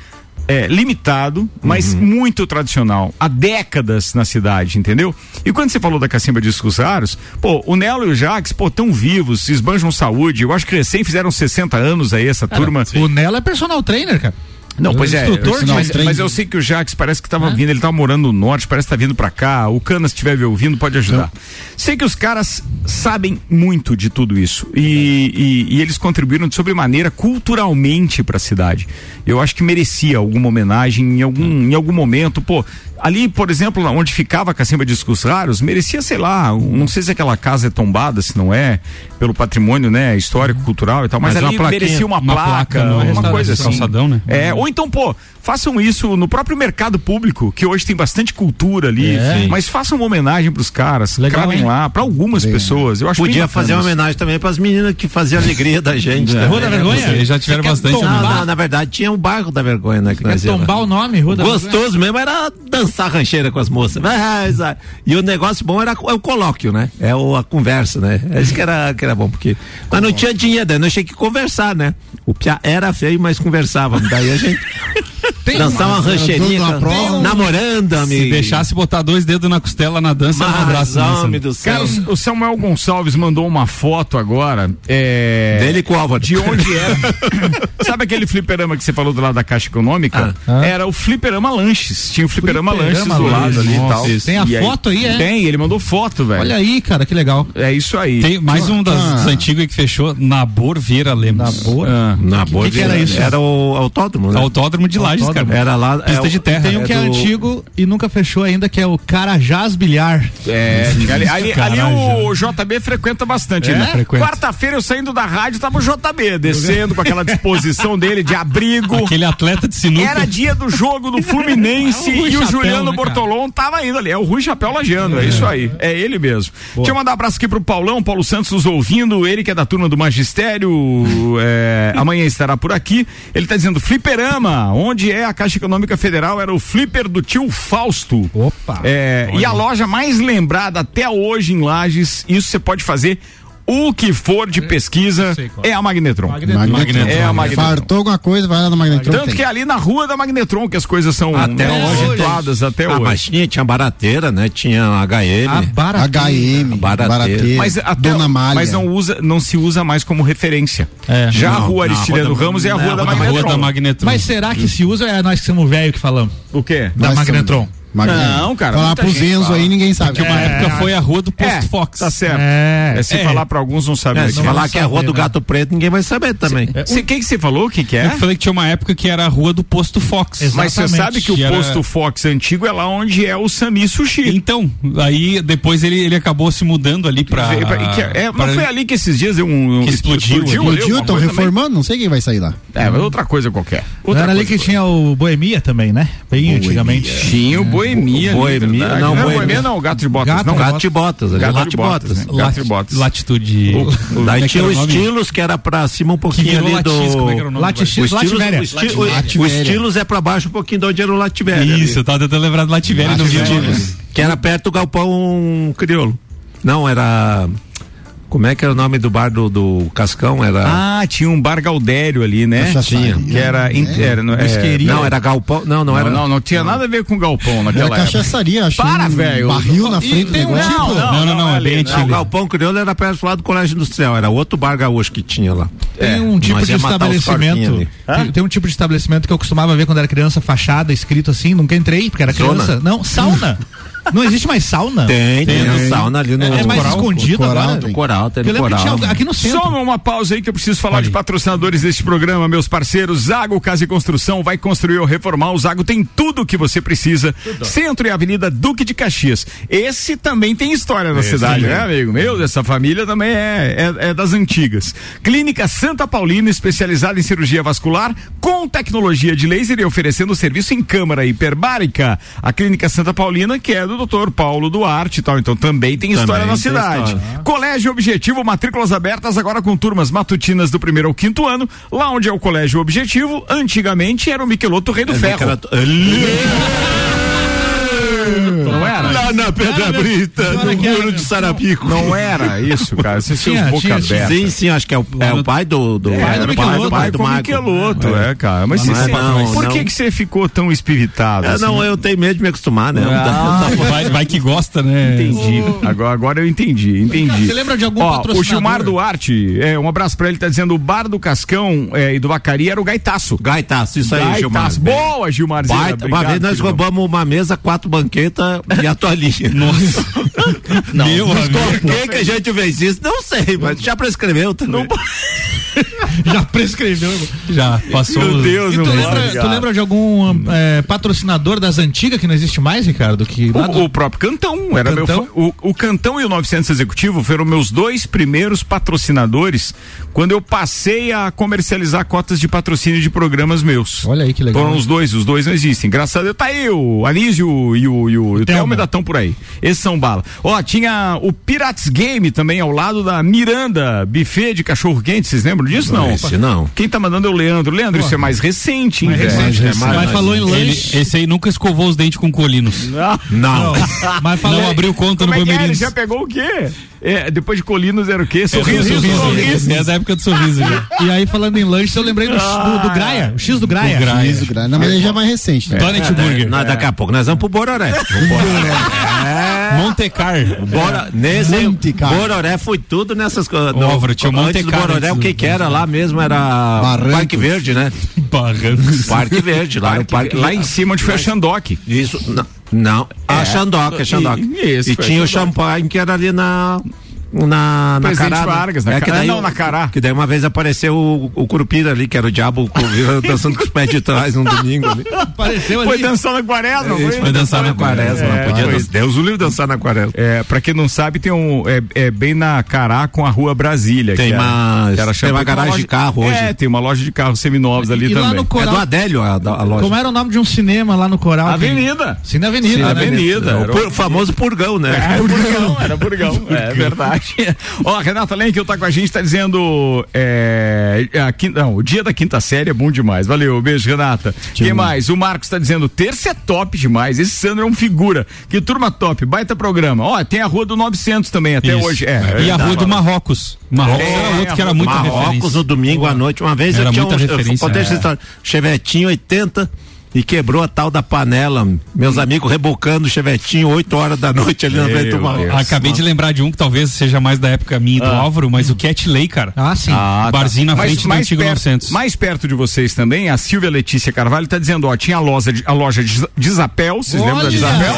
Speaker 1: eh, limitado,
Speaker 3: Uhum.
Speaker 1: mas muito tradicional. Há décadas na cidade, entendeu? E quando você falou da Cacimba de Escusaros, pô, o Nelo e o Jax, pô, tão vivos, se esbanjam saúde. Eu acho que recém fizeram 60 anos aí, essa turma.
Speaker 5: O Nelo é personal trainer, cara.
Speaker 1: Não, pois é.
Speaker 5: Instrutor
Speaker 1: eu-
Speaker 5: de-
Speaker 1: mas, mas eu sei que o Jax parece que tava vindo, ele tava morando no norte, parece que tá vindo pra cá. O Cana, se estiver me ouvindo, pode ajudar. Sei que os caras sabem muito de tudo isso. E, e- e eles contribuíram de sobremaneira culturalmente pra cidade. Eu acho que merecia alguma homenagem em algum, em algum momento. Pô, ali, por exemplo, lá onde ficava a Cacimba de Discos Raros, merecia, sei lá, um- não sei se aquela casa é tombada, se não é, pelo patrimônio, né, histórico, cultural e tal, mas,
Speaker 3: Mas uma
Speaker 1: ali
Speaker 3: plaquinha,
Speaker 1: merecia uma,
Speaker 3: uma
Speaker 1: placa,
Speaker 3: placa no
Speaker 1: uma
Speaker 3: restaurante,
Speaker 1: coisa assim.
Speaker 3: calçadão, né?
Speaker 1: É, ou então, pô, façam isso no próprio mercado público, que hoje tem bastante cultura ali.
Speaker 5: É.
Speaker 1: Mas façam uma homenagem pros caras,
Speaker 5: Legal,
Speaker 1: cravem
Speaker 5: hein?
Speaker 1: lá, pra algumas pessoas. Eu acho bem
Speaker 4: podia
Speaker 1: bacana
Speaker 4: fazer uma
Speaker 1: isso.
Speaker 4: homenagem também para as meninas que faziam a alegria da gente. também,
Speaker 5: É. Rua da
Speaker 4: né?
Speaker 5: Vergonha?
Speaker 3: É, Vocês já tiveram
Speaker 5: Você quer
Speaker 3: bastante, né?
Speaker 4: Não,
Speaker 5: Tombar,
Speaker 4: não, na verdade tinha um bairro da vergonha, né? Que
Speaker 5: quer
Speaker 4: nós ia lá.
Speaker 5: tombar o nome, Rua da Vergonha?
Speaker 4: Gostoso mesmo era dançar rancheira com as moças. Mas, ah, e o negócio bom era co- é o colóquio, né? É o, a conversa, né? É isso que era, que era bom, porque. Mas não tinha dinheiro, né? Não tinha que conversar, né? O Pia era feio, mas conversava. Daí a gente
Speaker 5: Tem
Speaker 4: dançava uma
Speaker 6: mas era
Speaker 4: rancheirinha,
Speaker 6: dono da
Speaker 4: com-
Speaker 6: prova.
Speaker 4: namorando, amigo.
Speaker 3: Se deixasse botar dois dedos na costela na dança, era um
Speaker 4: Mas,
Speaker 3: abraço. nessa,
Speaker 4: homem
Speaker 3: né?
Speaker 4: do
Speaker 1: Cara,
Speaker 4: céu.
Speaker 1: o- o Samuel Gonçalves mandou uma foto agora. É...
Speaker 4: Dele com o Álvaro.
Speaker 1: De onde era? Sabe aquele fliperama que você falou do lado da Caixa Econômica?
Speaker 4: Ah.
Speaker 1: Era o fliperama Lanches. Tinha o fliperama, Lanches do
Speaker 5: Ah. Fliperama
Speaker 1: lado ali e
Speaker 5: Lanches,
Speaker 1: tal.
Speaker 5: nossa. Tem a
Speaker 1: E
Speaker 5: foto aí, é?
Speaker 1: Tem, ele mandou foto, velho.
Speaker 5: Olha aí, cara, que legal.
Speaker 1: É isso aí.
Speaker 3: Tem mais um das, das antigas que fechou, Nabor Vieira Lemos. É,
Speaker 5: boa.
Speaker 1: Ah.
Speaker 4: Na boa,
Speaker 5: que era
Speaker 4: vida.
Speaker 5: isso?
Speaker 4: Era o autódromo, né?
Speaker 3: Autódromo de Lages cara.
Speaker 4: Era lá.
Speaker 3: Pista
Speaker 4: é,
Speaker 3: de
Speaker 4: o-
Speaker 3: terra.
Speaker 5: Tem um
Speaker 4: é
Speaker 5: que é
Speaker 4: do-
Speaker 5: antigo e nunca fechou ainda, que é o Carajás Bilhar.
Speaker 1: É, ali, ali- ali
Speaker 3: Caralho.
Speaker 1: o JB frequenta bastante,
Speaker 3: É?
Speaker 1: né?
Speaker 3: Frequenta.
Speaker 1: Quarta-feira eu saindo da rádio, tava o JB descendo com aquela disposição dele de abrigo.
Speaker 3: Aquele atleta de sinuca.
Speaker 1: Era dia do jogo do Fluminense
Speaker 3: É o Rui
Speaker 1: e o
Speaker 3: Chapéu,
Speaker 1: Juliano
Speaker 3: né, cara?
Speaker 1: Bortolom tava indo ali. É o Rui Chapéu Lajano, é, isso aí. É ele mesmo. Deixa eu mandar um abraço aqui pro Paulão, Paulo Santos nos ouvindo, ele que é da turma do Magistério, é, amanhã estará por aqui. Ele tá dizendo, fliperama, onde é a Caixa Econômica Federal, era o flipper do tio Fausto.
Speaker 5: Opa!
Speaker 1: É, e a loja mais lembrada até hoje em Lages, isso você pode fazer o que for de pesquisa,
Speaker 5: sei qual.
Speaker 1: é a Magnetron.
Speaker 6: Magnetron.
Speaker 1: É a Magnetron.
Speaker 6: Fartou alguma coisa, vai lá no Magnetron.
Speaker 1: Tanto
Speaker 6: tem.
Speaker 1: que é ali na rua da Magnetron que as coisas são né,
Speaker 4: Até hoje.
Speaker 1: situadas até
Speaker 4: Ah,
Speaker 1: hoje.
Speaker 4: mas tinha, tinha barateira, né? Tinha HM.
Speaker 5: A barata.
Speaker 7: É
Speaker 6: HM,
Speaker 4: Barateiro.
Speaker 6: Barateiro,
Speaker 1: Mas até-
Speaker 6: Dona Malha.
Speaker 1: mas é um não, usa, não se usa mais como referência.
Speaker 5: É.
Speaker 1: Já a
Speaker 4: Não,
Speaker 1: rua
Speaker 4: não,
Speaker 1: Aristiliano
Speaker 4: a rua da-
Speaker 1: Ramos é a
Speaker 4: não,
Speaker 1: rua da
Speaker 4: a rua da
Speaker 1: Magnetron.
Speaker 3: Rua da Magnetron.
Speaker 5: Mas será que se usa ou é nós que somos velho que falamos?
Speaker 1: O quê?
Speaker 5: Da
Speaker 6: Nós
Speaker 5: Magnetron.
Speaker 6: somos- um Magnetron.
Speaker 1: Não, cara,
Speaker 6: Falar
Speaker 1: muita
Speaker 6: pro
Speaker 1: gente
Speaker 6: Zenzo
Speaker 1: fala.
Speaker 6: aí, ninguém sabe.
Speaker 3: Uma
Speaker 6: É.
Speaker 3: época foi a rua do Posto
Speaker 1: É,
Speaker 3: Fox.
Speaker 1: tá certo. É,
Speaker 5: É.
Speaker 1: se
Speaker 3: É.
Speaker 1: falar pra alguns não sabem.
Speaker 4: É,
Speaker 1: o
Speaker 4: se
Speaker 1: que é.
Speaker 4: falar que é a rua
Speaker 5: saber,
Speaker 4: do
Speaker 5: né?
Speaker 4: Gato Preto, ninguém vai saber também.
Speaker 1: Você- quem que você falou o que que é?
Speaker 3: Eu falei que tinha uma época que era a rua do Posto Fox.
Speaker 5: Exato.
Speaker 1: Mas você
Speaker 5: exatamente,
Speaker 1: sabe que o
Speaker 3: que era-
Speaker 1: posto Fox antigo é lá onde é o Sami Sushi.
Speaker 3: Então, aí depois ele, ele acabou se mudando ali pra.
Speaker 1: E que- é, não
Speaker 3: pra-
Speaker 1: foi ali que esses dias deu um, um
Speaker 3: Que explodiu,
Speaker 1: ali,
Speaker 6: Explodiu, Então
Speaker 1: alguma
Speaker 6: estão
Speaker 1: coisa também?
Speaker 6: reformando, não sei quem vai sair lá.
Speaker 1: É, mas outra coisa qualquer.
Speaker 5: Não
Speaker 1: Outra
Speaker 5: era ali
Speaker 1: coisa
Speaker 5: que tinha o Boemia também, né? Bem antigamente.
Speaker 1: Tinha o Boemia.
Speaker 4: O Boemia,
Speaker 1: na verdade.
Speaker 4: não,
Speaker 1: não,
Speaker 4: Boemia.
Speaker 1: Boemia não, o Gato de Botas.
Speaker 5: Gato
Speaker 1: não,
Speaker 5: de
Speaker 4: Gato de Botas. ali,
Speaker 1: Gato
Speaker 4: Gato
Speaker 1: de
Speaker 4: de
Speaker 1: Botas, né?
Speaker 4: Botas.
Speaker 1: Gato de Botas.
Speaker 3: Latitude. como é
Speaker 4: Daí
Speaker 3: que
Speaker 4: tinha
Speaker 3: era
Speaker 4: o
Speaker 3: nome?
Speaker 4: Estilos, que era pra cima um
Speaker 3: Que
Speaker 4: pouquinho
Speaker 3: virou
Speaker 4: ali
Speaker 3: Latis, como é que era o
Speaker 4: do...
Speaker 3: nome?
Speaker 5: Latichi-
Speaker 4: O
Speaker 5: Estilos,
Speaker 4: Estilos, é o
Speaker 5: Lativéria.
Speaker 4: Esti- o- o
Speaker 6: Lativéria.
Speaker 4: Estilos é pra baixo um pouquinho de onde era o Lativéria. ali.
Speaker 3: Isso, eu tava tentando lembrar do Lativéria no
Speaker 6: Lativéria.
Speaker 3: vídeo.
Speaker 4: Que era perto do Galpão Crioulo. Não, era. Como é que era o nome do bar do, do Cascão? Era.
Speaker 1: Ah, tinha um bar Galdério ali, né?
Speaker 6: Cachaçaria.
Speaker 1: Que era interno. É,
Speaker 4: não, era Galpão. Não, não,
Speaker 1: Não,
Speaker 4: era.
Speaker 1: não, não tinha nada a ver com galpão
Speaker 6: Era
Speaker 1: naquela época.
Speaker 6: cachaçaria, acho.
Speaker 1: é Para,
Speaker 6: um
Speaker 1: velho.
Speaker 6: Barril na
Speaker 1: E
Speaker 6: frente do
Speaker 1: tem-
Speaker 5: um
Speaker 6: negócio.
Speaker 5: tipo-
Speaker 6: tipo, né?
Speaker 1: não, não.
Speaker 3: Não, não, não, é
Speaker 1: ali,
Speaker 3: bem
Speaker 1: não.
Speaker 4: um tipo- Não, o
Speaker 3: antigo.
Speaker 4: Galpão Crioulo era perto lá do Colégio Industrial, era outro bar gaúcho que tinha lá. É,
Speaker 5: Tem um tipo
Speaker 4: nós
Speaker 5: de
Speaker 4: ia matar os porquinhos
Speaker 5: estabelecimento.
Speaker 4: ali.
Speaker 5: Tem, tem um tipo de estabelecimento que eu costumava ver quando era criança, fachada, escrito assim, nunca entrei, porque era
Speaker 4: Zona.
Speaker 5: criança. Não, sauna. Não existe mais sauna.
Speaker 4: Tem, tem,
Speaker 6: Tem.
Speaker 4: o sauna ali no.
Speaker 5: É mais
Speaker 4: Coral.
Speaker 5: escondido
Speaker 6: coral
Speaker 5: agora.
Speaker 6: tem.
Speaker 4: Do Coral, tem
Speaker 5: Eu
Speaker 4: no
Speaker 5: lembro que
Speaker 4: Coral.
Speaker 5: tinha aqui no centro.
Speaker 1: Só uma pausa aí que eu preciso falar de patrocinadores deste programa, meus parceiros. Zago Casa e Construção vai construir ou reformar. O Zago tem tudo o que você precisa. Centro e Avenida Duque de Caxias. Esse também tem história na cidade, né, amigo? Meu, essa família também é, é, é das antigas. Clínica Santa Paulina, especializada em cirurgia vascular, com tecnologia de laser e oferecendo serviço em câmara hiperbárica. A Clínica Santa Paulina, que é do Dr. Paulo Duarte e tal. Então também tem história na
Speaker 4: tem
Speaker 1: cidade.
Speaker 4: história.
Speaker 1: Uhum. Colégio Objetivo, matrículas abertas agora com turmas matutinas do primeiro ao quinto ano, lá onde é o Colégio Objetivo, antigamente era o Miqueloto Rei
Speaker 4: É,
Speaker 1: do Ferro.
Speaker 4: Era- Ali,
Speaker 1: Não era?
Speaker 4: Lá na Pedra Brita,
Speaker 5: Não era
Speaker 4: no
Speaker 5: que era-
Speaker 4: muro de Sarapico.
Speaker 1: Não era isso, cara. Vocês são
Speaker 5: Tinha,
Speaker 1: boca
Speaker 5: tinha,
Speaker 1: aberta.
Speaker 4: Sim, sim, acho que é o, é o pai do. do
Speaker 1: É,
Speaker 4: era
Speaker 1: era
Speaker 4: o
Speaker 1: Micheloto, pai
Speaker 4: do
Speaker 1: com
Speaker 4: Marco.
Speaker 1: Micheloto, é, cara. Mas,
Speaker 4: Mas
Speaker 1: você-
Speaker 4: não,
Speaker 1: por
Speaker 4: não.
Speaker 1: que que você ficou tão espiritado?
Speaker 4: É,
Speaker 1: assim?
Speaker 4: não, eu tenho medo de me acostumar, né?
Speaker 3: Ah, Vai, vai que gosta, né?
Speaker 1: Entendi. Agora, agora eu entendi, entendi.
Speaker 5: Você lembra de algum
Speaker 1: Ó,
Speaker 5: patrocinador?
Speaker 1: O Gilmar Duarte, é, um abraço pra ele, tá dizendo o bar do Cascão é, e do Vacaria era o Gaitaço.
Speaker 4: Gaitaço, isso aí, Gilmar.
Speaker 1: Gaitaço. Boa, Gilmarzinho.
Speaker 4: Baita, uma vez nós roubamos uma mesa, quatro banquetas e a toalhinha. Nossa.
Speaker 3: Não, Meu amigo.
Speaker 4: Por que, que a gente fez isso? Não sei, mas já prescreveu também.
Speaker 5: Já prescreveu.
Speaker 3: Já passou.
Speaker 1: Meu Deus,
Speaker 5: E tu,
Speaker 1: meu
Speaker 5: lembra, tu lembra de algum hum, é, patrocinador das antigas que não existe mais, Ricardo? Que lá do-
Speaker 1: O, o próprio Cantão era meu
Speaker 5: Cantão?
Speaker 1: fa- o, o Cantão e o 900 Executivo foram meus dois primeiros patrocinadores quando eu passei a comercializar cotas de patrocínio de programas meus.
Speaker 5: Olha aí que legal.
Speaker 1: Foram os dois, os dois não existem. Graças a Deus, tá aí o Anísio e o, e o, e o
Speaker 5: Thelma.
Speaker 1: Thelma ainda estão por aí. Esses são bala. Ó, tinha o Pirates Game também ao lado da Miranda, buffet de cachorro quente, vocês lembram disso? Não.
Speaker 4: Esse não.
Speaker 1: Quem tá mandando é o Leandro. Leandro, isso é mais É, recente, hein? velho?
Speaker 4: recente, né?
Speaker 5: Mas
Speaker 4: Mas-
Speaker 5: falou em
Speaker 3: Ele-
Speaker 5: lanche.
Speaker 3: esse aí nunca escovou os dentes com colinos.
Speaker 4: Não.
Speaker 5: Mas falou.
Speaker 3: Não abriu conta
Speaker 1: é Como
Speaker 3: no
Speaker 1: é que é? Ele
Speaker 3: Palmeiras.
Speaker 1: já pegou o quê? É, depois de Colinos era o quê?
Speaker 3: Sorriso,
Speaker 1: Sorriso, sorriso.
Speaker 3: É da época do sorriso. já.
Speaker 5: E aí, falando em lanche, eu lembrei do, do,
Speaker 1: Ah,
Speaker 5: do Graia, o X do Graia.
Speaker 3: Do Graia.
Speaker 6: Isso, gra- Não, mas ele já é mais recente. né?
Speaker 3: Donut Burger.
Speaker 4: Nós, daqui a pouco nós vamos pro Bororé. O
Speaker 1: É
Speaker 3: Montecar.
Speaker 4: Bora, nesse
Speaker 6: Monte, cara.
Speaker 4: Bororé foi tudo nessas coisas.
Speaker 3: Ô, Álvaro, tinha um monte
Speaker 4: antes
Speaker 3: de
Speaker 4: do
Speaker 3: cara
Speaker 4: Bororé,
Speaker 3: antes
Speaker 4: o que
Speaker 3: do-
Speaker 4: que era lá mesmo era
Speaker 6: Barrancos.
Speaker 4: Parque Verde, né?
Speaker 3: Barrancos.
Speaker 4: Parque Verde, lá era o Parque
Speaker 1: Lá em
Speaker 4: Verde.
Speaker 1: cima onde foi a Xandoque.
Speaker 4: Isso, não. Não, a Xandoca, a Xandoca.
Speaker 1: É. e- e esse
Speaker 4: E
Speaker 1: foi a
Speaker 4: tinha o
Speaker 1: Xandoca.
Speaker 4: champanhe que era ali na na, na
Speaker 1: Presidente
Speaker 4: Cará. né?
Speaker 1: Vargas, na
Speaker 4: é, que
Speaker 1: Cará.
Speaker 4: daí
Speaker 1: Não,
Speaker 4: o-
Speaker 1: na Cará.
Speaker 4: Que daí uma vez apareceu o, o Curupira ali, que era o diabo com- dançando com os pés de trás num domingo ali.
Speaker 5: Apareceu ali.
Speaker 1: Foi dançar na quaresma, foi?
Speaker 4: É, Foi dançar na quaresma,
Speaker 1: É,
Speaker 4: não podia
Speaker 1: foi.
Speaker 4: dan- Deus o livre dançar na quaresma.
Speaker 1: É, pra quem não sabe, tem um. É, é bem na Cará com a rua Brasília.
Speaker 4: Tem
Speaker 1: que era-
Speaker 4: uma-
Speaker 1: que era
Speaker 4: tem
Speaker 1: chamada-
Speaker 4: uma garagem
Speaker 1: loja-
Speaker 4: de carro hoje.
Speaker 1: É, tem uma loja de carros seminovos ali
Speaker 5: E lá
Speaker 1: também.
Speaker 5: no
Speaker 4: É do
Speaker 5: Coral.
Speaker 4: Adélio a, a loja.
Speaker 1: é?
Speaker 5: Como era o nome de um cinema lá no Coral? que-
Speaker 1: Avenida.
Speaker 5: Cine Avenida.
Speaker 1: Cine
Speaker 5: né?
Speaker 1: Avenida.
Speaker 4: O
Speaker 1: era É,
Speaker 4: pur- famoso purgão, né?
Speaker 1: Era Burgão, era Burgão, é verdade. Ó, Renata Lenk, tá com a gente, tá dizendo é, a quinta- não, o dia da quinta série é bom demais, valeu, beijo Renata. Quem mais? O Marcos tá dizendo, terça é top demais, esse Sandro é um figura, que turma top, baita programa. Ó, tem a rua do 900 também, até
Speaker 3: Isso.
Speaker 1: hoje. É,
Speaker 3: e a
Speaker 1: tá
Speaker 3: rua do
Speaker 1: falando.
Speaker 3: Marrocos. Marrocos
Speaker 1: É,
Speaker 3: era outro que
Speaker 1: a
Speaker 3: era muita
Speaker 4: Marrocos
Speaker 3: referência.
Speaker 4: no domingo à noite. Uma vez
Speaker 3: Era
Speaker 4: eu tinha um
Speaker 3: muita
Speaker 4: eu
Speaker 3: referência,
Speaker 4: contei essa
Speaker 3: é.
Speaker 4: história. Chevetinho 80 e quebrou a tal da panela. Meus amigos rebocando o chevetinho 8 horas da noite ali na
Speaker 1: Meu
Speaker 4: frente do
Speaker 1: Deus.
Speaker 4: Marrocos.
Speaker 3: Acabei de lembrar de um que talvez seja mais da época minha e do Álvaro, mas o Cat Lay, cara.
Speaker 5: Ah, sim.
Speaker 1: Ah, tá.
Speaker 3: barzinho na
Speaker 1: Mas
Speaker 3: frente do antigo
Speaker 1: perto,
Speaker 3: 900.
Speaker 1: Mais perto de vocês também, a Silvia Letícia Carvalho tá dizendo, ó, tinha a loja de, a loja de, de Zapel, vocês lembram da de Zapel?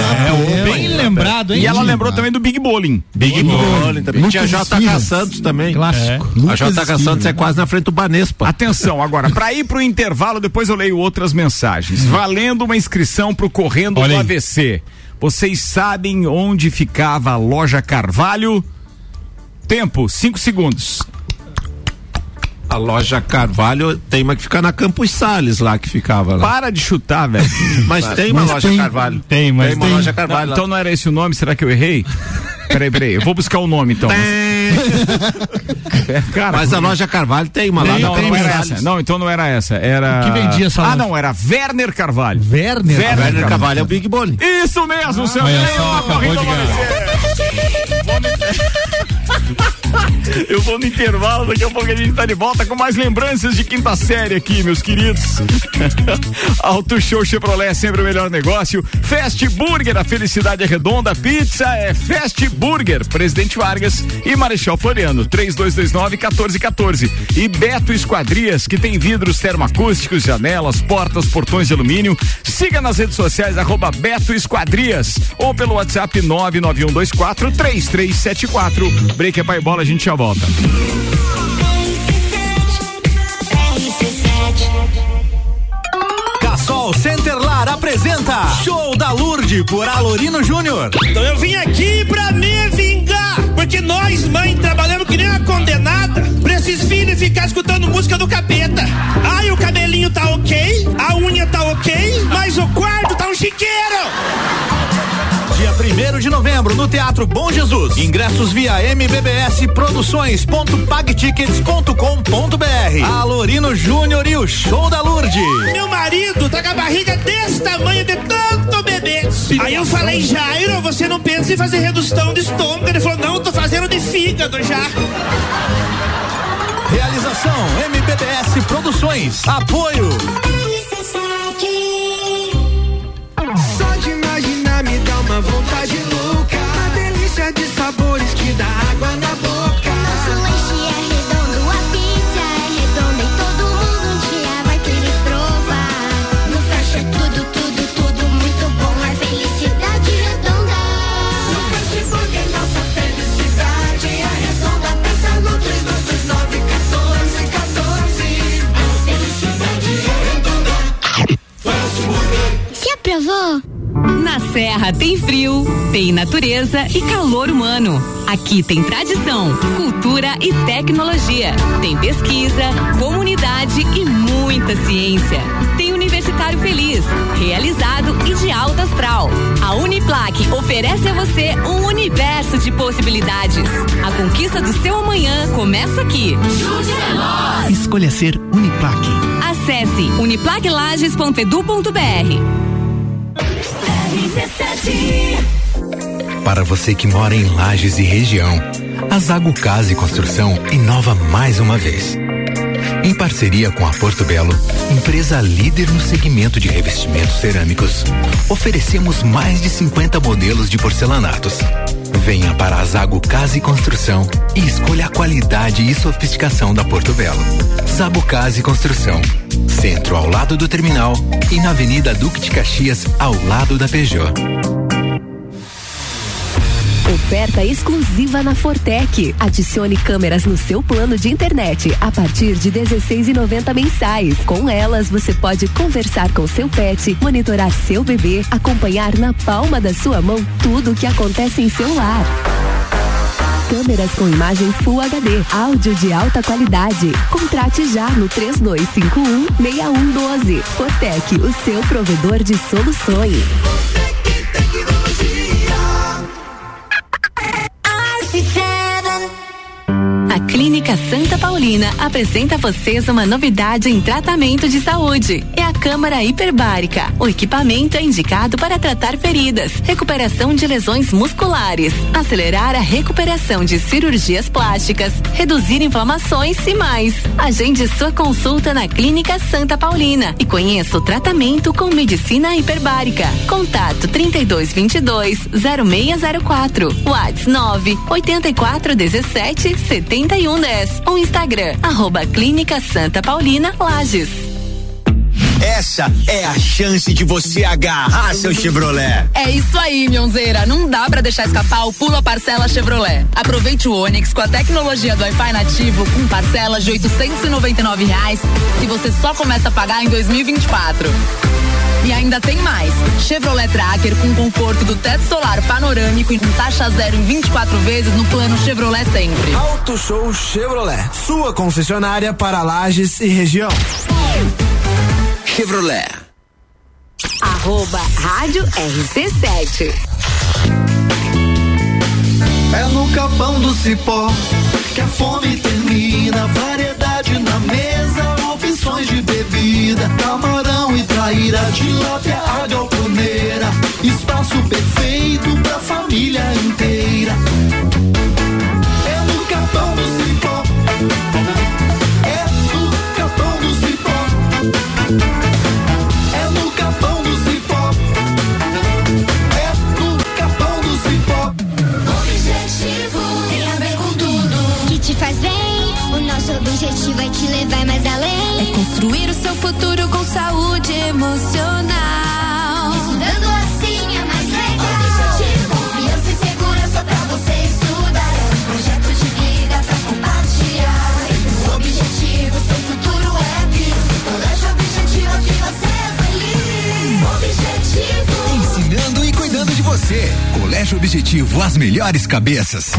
Speaker 5: é, bem lembrado, hein?
Speaker 1: E ela lembrou também do Big Bowling.
Speaker 4: Big Bowling também. Tinha
Speaker 6: Lucas
Speaker 4: JK
Speaker 6: Esfirras.
Speaker 4: Santos também.
Speaker 5: Clássico.
Speaker 4: A JK Santos é quase na frente do Banespa.
Speaker 1: Atenção agora, para ir pro intervalo, depois eu leio outras mensagens. Valendo uma inscrição pro Correndo
Speaker 3: Olha
Speaker 1: do
Speaker 3: aí.
Speaker 1: AVC. Vocês sabem onde ficava a loja Carvalho? Tempo, 5 segundos.
Speaker 4: A loja Carvalho tem uma que fica na Campos Sales lá que ficava lá.
Speaker 1: Para de chutar, velho.
Speaker 4: Mas tem uma loja Carvalho.
Speaker 3: Tem, mas
Speaker 4: Tem uma
Speaker 3: tem.
Speaker 4: loja
Speaker 1: Não,
Speaker 4: Carvalho. lá.
Speaker 1: então não era esse o nome? Será que eu errei? Peraí, peraí. Eu vou buscar o nome então. É, Cara,
Speaker 4: Mas a loja Carvalho tem uma lá
Speaker 1: Ah,
Speaker 4: na
Speaker 1: não,
Speaker 4: Campos
Speaker 1: não era
Speaker 4: Sales.
Speaker 1: essa. Não, então não era essa. Era.
Speaker 5: O que vendia essa
Speaker 1: Ah,
Speaker 5: loja?
Speaker 1: não, era Werner Carvalho.
Speaker 5: Werner.
Speaker 1: Werner
Speaker 4: Werner Carvalho é o Big Bowling.
Speaker 1: Isso mesmo, seu
Speaker 3: olha
Speaker 1: Ganhou
Speaker 3: só,
Speaker 1: a
Speaker 3: acabou
Speaker 1: corrida
Speaker 3: de ganhar.
Speaker 1: amanhecer. Eu vou no intervalo, daqui a pouco a gente tá de volta com mais lembranças de quinta série aqui, meus queridos. Auto Show Chevrolet é sempre o melhor negócio. Fast Burger, a felicidade é redonda. Pizza é Fast Burger. Presidente Vargas e Marechal Floriano, 3229-1414. E Beto Esquadrias, que tem vidros termoacústicos, janelas, portas, portões de alumínio. Siga nas redes sociais, arroba Beto Esquadrias. Ou pelo WhatsApp 99124-3374. Break é pai bola, a gente já volta.
Speaker 8: Casol Centerlar apresenta Show da Lourdes por Alorino Júnior.
Speaker 9: Então eu vim aqui pra me vingar, porque nós, mãe, trabalhamos que nem uma condenada pra esses filhos ficar escutando música do capeta. Ai, o cabelinho tá ok, a unha tá ok, mas o quarto tá um chiqueiro.
Speaker 8: Dia 1 de novembro no Teatro Bom Jesus. Ingressos via mbbsproduções.pagtickets.com.br. Alorino Júnior e o Show da Lourdes.
Speaker 9: Meu marido tá com a barriga desse tamanho de tanto bebê. Aí eu falei, Jairo, você não pensa em fazer redução de estômago? Ele falou, não, tô fazendo de fígado já.
Speaker 8: Realização MBBS Produções. Apoio.
Speaker 10: Só de imaginar me dá uma vontade louca. Uma delícia de sabores que dá água na boca.
Speaker 11: Nosso lanche é redondo, a pizza é redonda e todo mundo um dia vai querer provar. No fast é tudo, tudo, tudo muito bom, é felicidade redonda.
Speaker 10: No Fast Burger, nossa felicidade é redonda. Peça no 3229 1414.
Speaker 11: A felicidade é redonda. Se aprovou?
Speaker 12: Na Serra tem frio, tem natureza e calor humano. Aqui tem tradição, cultura e tecnologia. Tem pesquisa, comunidade e muita ciência. Tem Universitário Feliz, realizado e de alta astral. A Uniplaque oferece a você um universo de possibilidades. A conquista do seu amanhã começa aqui.
Speaker 8: Escolha ser Uniplaque.
Speaker 12: Acesse uniplaquelages.edu.br.
Speaker 8: Para você que mora em Lages e região, a Zago Casa e Construção inova mais uma vez. Em parceria com a Porto Belo, empresa líder no segmento de revestimentos cerâmicos, oferecemos mais de 50 modelos de porcelanatos. Venha para a Zago Casa e Construção e escolha a qualidade e sofisticação da Porto Belo. Zago Casa e Construção, centro ao lado do terminal e na Avenida Duque de Caxias ao lado da Peugeot.
Speaker 13: oferta exclusiva na Fortec. Adicione câmeras no seu plano de internet a partir de 16,90 mensais. Com elas, você pode conversar com seu pet, monitorar seu bebê, acompanhar na palma da sua mão tudo o que acontece em seu lar. Câmeras com imagem Full HD, áudio de alta qualidade. Contrate já no 3251-6112. Fortec, o seu provedor de soluções.
Speaker 12: A Clínica Santa Paulina apresenta a vocês uma novidade em tratamento de saúde. É a Câmara Hiperbárica. O equipamento é indicado para tratar feridas, recuperação de lesões musculares, acelerar a recuperação de cirurgias plásticas, reduzir inflamações e mais. Agende sua consulta na Clínica Santa Paulina e conheça o tratamento com medicina hiperbárica. Contato 3222 0604. WhatsApp 9 8417 7110. Ou um, Instagram, arroba Clínica Santa Paulina Lages.
Speaker 14: Essa é a chance de você agarrar seu Chevrolet.
Speaker 15: É isso aí, Mionzeira. Não dá pra deixar escapar o Pula Parcela Chevrolet. Aproveite o Onix com a tecnologia do Wi-Fi nativo com parcelas de R$ 899 reais, que você só começa a pagar em 2024. E ainda tem mais. Chevrolet Tracker com conforto do teto solar panorâmico e com taxa zero em 24 vezes no plano Chevrolet Sempre.
Speaker 16: Auto Show Chevrolet, sua concessionária para Lages e região.
Speaker 14: Chevrolet.
Speaker 12: Arroba Rádio RC7.
Speaker 10: É no capão do cipó que a fome termina. Variedade na mesa, opções de bebida, camarão e traíra, tilápia, a galponeira. Espaço perfeito pra família inteira. É no capão do cipó. É no capão do cipó. É no capão do cipó. É no capão do cipó.
Speaker 11: Objetivo tem a ver com tudo que te faz bem. O nosso objetivo é te levar mais além. É construir o seu futuro com saúde emocional. Estudando assim é mais legal. Objetivo, confiança e segurança pra você estudar. É um projeto de vida pra compartilhar. O objetivo, seu futuro é vir. Colégio objetivo que você é feliz. Objetivo.
Speaker 8: Ensinando e cuidando de você. Colégio Objetivo, as melhores cabeças.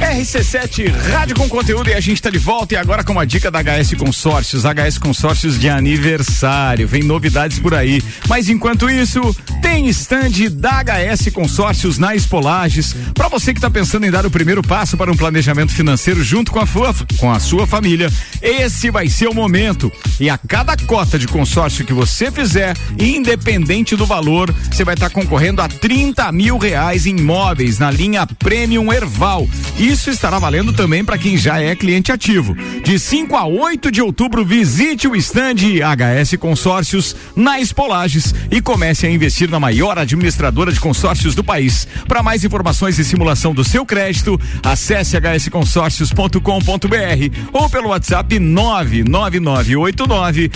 Speaker 1: RC7, rádio com conteúdo e a gente tá de volta e agora com uma dica da HS Consórcios, HS Consórcios de aniversário, vem novidades por aí, mas enquanto isso tem stand da HS Consórcios na Espolages, para você que tá pensando em dar o primeiro passo para um planejamento financeiro junto com a, fua- com a sua família, esse vai ser o momento e a cada cota de consórcio que você fizer, independente do valor, você vai estar concorrendo a 30 mil reais em imóveis na linha Premium Erval. Isso estará valendo também para quem já é cliente ativo. De 5 a 8 de outubro, visite o stand HS Consórcios na Espolages e comece a investir na maior administradora de consórcios do país. Para mais informações e simulação do seu crédito, acesse hsconsórcios.com.br ou pelo WhatsApp 99989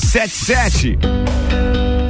Speaker 1: 6677.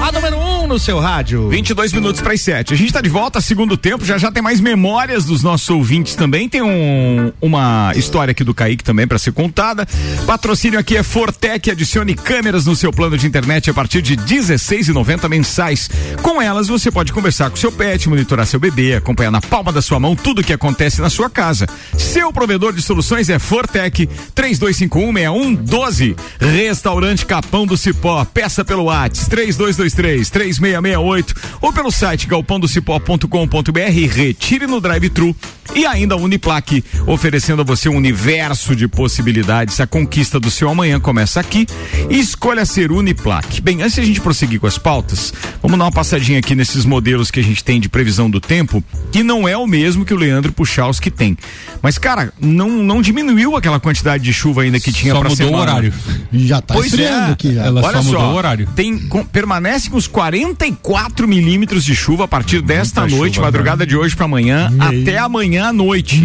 Speaker 5: A número 1 um no seu rádio.
Speaker 1: 22 minutos para as 7. A gente está de volta, segundo tempo, já já tem mais memórias dos nossos ouvintes também. Tem um- uma história aqui do Kaique também para ser contada. Patrocínio aqui é Fortec, adicione câmeras no seu plano de internet a partir de 16,90 mensais. Com elas você pode conversar com seu pet, monitorar seu bebê, acompanhar na palma da sua mão tudo o que acontece na sua casa. Seu provedor de soluções é Fortec 32516112. Restaurante Capão do Cipó, peça pelo WhatsApp 3223 3668 ou pelo site galpondocipó.com.br, retire no drive-thru e ainda a Uniplaque, oferecendo a você um universo de possibilidades. A conquista do seu amanhã começa aqui. Escolha ser Uniplaque. Bem, antes de a gente prosseguir com as pautas, vamos dar uma passadinha aqui nesses modelos que a gente tem de previsão do tempo, que não é o mesmo que o Leandro Puchalski tem. Mas, cara, não, não diminuiu aquela quantidade de chuva ainda que tinha
Speaker 3: Só
Speaker 1: para
Speaker 3: mudou o horário.
Speaker 6: Já tá
Speaker 1: pois é.
Speaker 6: esfriando aqui já.
Speaker 1: Olha só, Tem, com- permanece com os 40 34 milímetros de chuva a partir desta
Speaker 2: Muita
Speaker 1: noite,
Speaker 2: chuva,
Speaker 1: madrugada de hoje para amanhã,
Speaker 2: Meio.
Speaker 1: até amanhã à noite.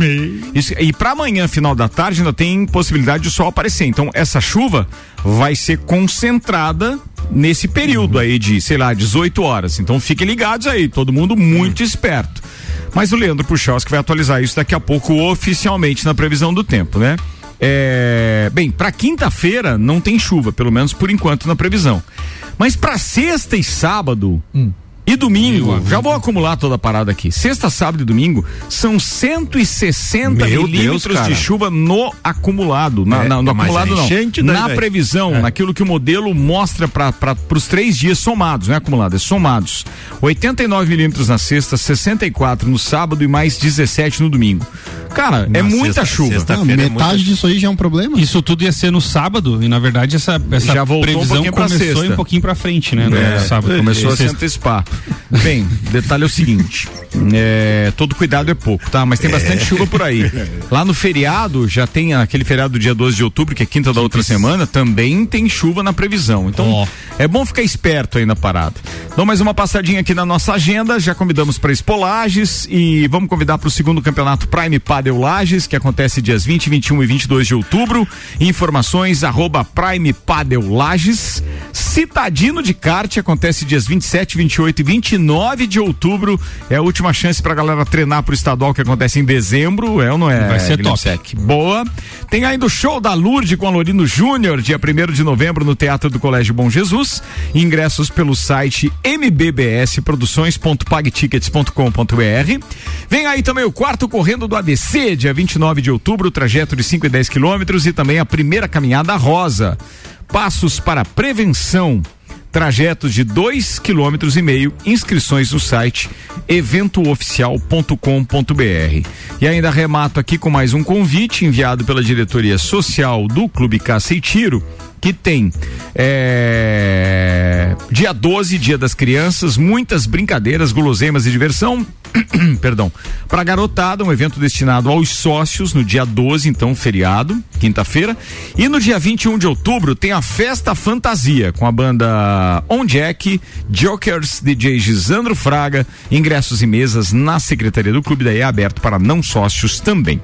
Speaker 1: Isso- e para amanhã, final da tarde, ainda tem possibilidade de sol aparecer. Então, essa chuva vai ser concentrada nesse período aí de, sei lá, 18 horas. Então, fiquem ligados aí, todo mundo muito esperto. Mas o Leandro Puchalski vai atualizar isso daqui a pouco oficialmente na previsão do tempo, né? É, bem, para quinta-feira não tem chuva, pelo menos por enquanto na previsão. Mas para sexta e sábado
Speaker 2: Hum.
Speaker 1: e domingo, já vou acumular toda a parada aqui. Sexta, sábado e domingo são 160
Speaker 2: Meu Deus,
Speaker 1: milímetros
Speaker 2: cara.
Speaker 1: de chuva no acumulado, na,
Speaker 2: É,
Speaker 1: na- no
Speaker 2: mas é
Speaker 1: acumulado
Speaker 2: enchente
Speaker 1: não,
Speaker 2: daí,
Speaker 1: na
Speaker 2: velho. É.
Speaker 1: previsão, naquilo que o modelo mostra para os três dias somados, não é acumulado, é somados. 89 milímetros na sexta, 64 no sábado e mais 17 no domingo. Cara, é muita chuva.
Speaker 6: Não, metade disso aí já é um problema.
Speaker 3: Isso tudo ia ser no sábado e na verdade essa, essa
Speaker 1: Já voltou um
Speaker 3: previsão
Speaker 1: pouquinho pra
Speaker 3: começou
Speaker 1: sexta.
Speaker 3: um pouquinho pra frente, né? no
Speaker 1: É,
Speaker 3: sábado.
Speaker 1: Começou a se
Speaker 3: Sexta.
Speaker 1: antecipar. Bem, detalhe é o seguinte: é, todo cuidado é pouco, tá? Mas tem bastante
Speaker 2: É.
Speaker 1: chuva por aí. Lá no feriado, já tem aquele feriado do dia 12 de outubro, que é quinta da outra semana, também tem chuva na previsão. Então, é bom ficar esperto aí na parada. Então, mais uma passadinha aqui na nossa agenda. Já convidamos para Espolages e vamos convidar para o segundo campeonato Prime Padel Lages, que acontece dias 20, 21 e 22 de outubro. Informações arroba Prime Padel Lages. Citadino de kart acontece dias 27, 28 e 29 de outubro. É a última chance pra galera treinar pro estadual que acontece em dezembro, é ou não é?
Speaker 3: Vai ser
Speaker 1: Guilherme
Speaker 3: top.
Speaker 1: Sec? Boa. Tem ainda o show da Lourdes com Alorino Júnior, dia 1 de novembro no Teatro do Colégio Bom Jesus. Ingressos pelo site mbbsproduções.pagtickets.com.br. Vem aí também o quarto correndo do ADC, dia 29 de outubro, trajeto de 5 e 10 quilômetros e também a primeira caminhada rosa. Passos para prevenção. Trajetos de 2,5 km e meio, inscrições no site eventooficial.com.br. E ainda remato aqui com mais um convite enviado pela diretoria social do Clube Caça e Tiro, que tem eh, dia 12, dia das crianças, muitas brincadeiras, guloseimas e diversão. Perdão. Para garotada, um evento destinado aos sócios no dia 12, então feriado, quinta-feira. E no dia 21 de outubro tem a Festa Fantasia, com a banda On Jack, Jokers, DJ Gisandro Fraga, ingressos e mesas na Secretaria do Clube, daí é aberto para não sócios também.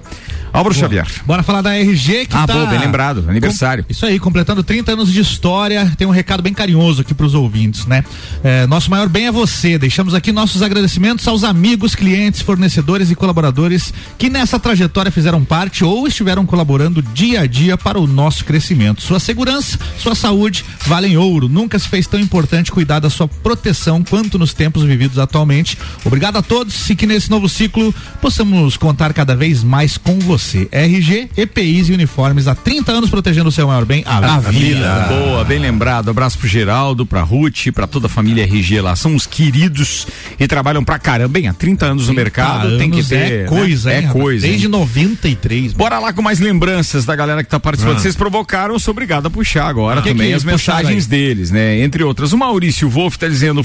Speaker 1: Álvaro Xavier.
Speaker 5: Bora falar da RG que
Speaker 1: Ah,
Speaker 5: tá...
Speaker 1: boa, bem lembrado, aniversário.
Speaker 5: Com- Isso aí, completando 30 anos de história, tem um recado bem carinhoso aqui pros ouvintes, né? É, nosso maior bem é você. Deixamos aqui nossos agradecimentos aos amigos, clientes, fornecedores e colaboradores que nessa trajetória fizeram parte ou estiveram colaborando dia a dia para o nosso crescimento. Sua segurança, sua saúde valem ouro. Nunca se fez tão importante cuidar da sua proteção quanto nos tempos vividos atualmente. Obrigado a todos e que nesse novo ciclo possamos contar cada vez mais com você. RG, EPIs e uniformes há 30 anos protegendo o seu maior bem, a,
Speaker 1: A
Speaker 5: vida.
Speaker 1: vida. Boa, bem lembrado. Abraço pro Geraldo, pra Ruth, pra toda a família RG lá. São uns queridos e trabalham pra caramba. Bem, há 30 anos no mercado, tem que
Speaker 5: anos
Speaker 1: ter.
Speaker 5: é
Speaker 1: né?
Speaker 5: coisa, hein,
Speaker 1: É
Speaker 5: rapaz?
Speaker 1: coisa. hein?
Speaker 5: Desde 93.
Speaker 1: Bora lá com mais lembranças da galera que tá participando.
Speaker 5: Ah.
Speaker 1: Vocês provocaram, eu sou obrigado a puxar agora
Speaker 5: Ah, que
Speaker 1: também
Speaker 5: que
Speaker 1: as
Speaker 5: puxaram
Speaker 1: mensagens
Speaker 5: aí?
Speaker 1: deles, né? Entre outras, o Maurício Wolff tá dizendo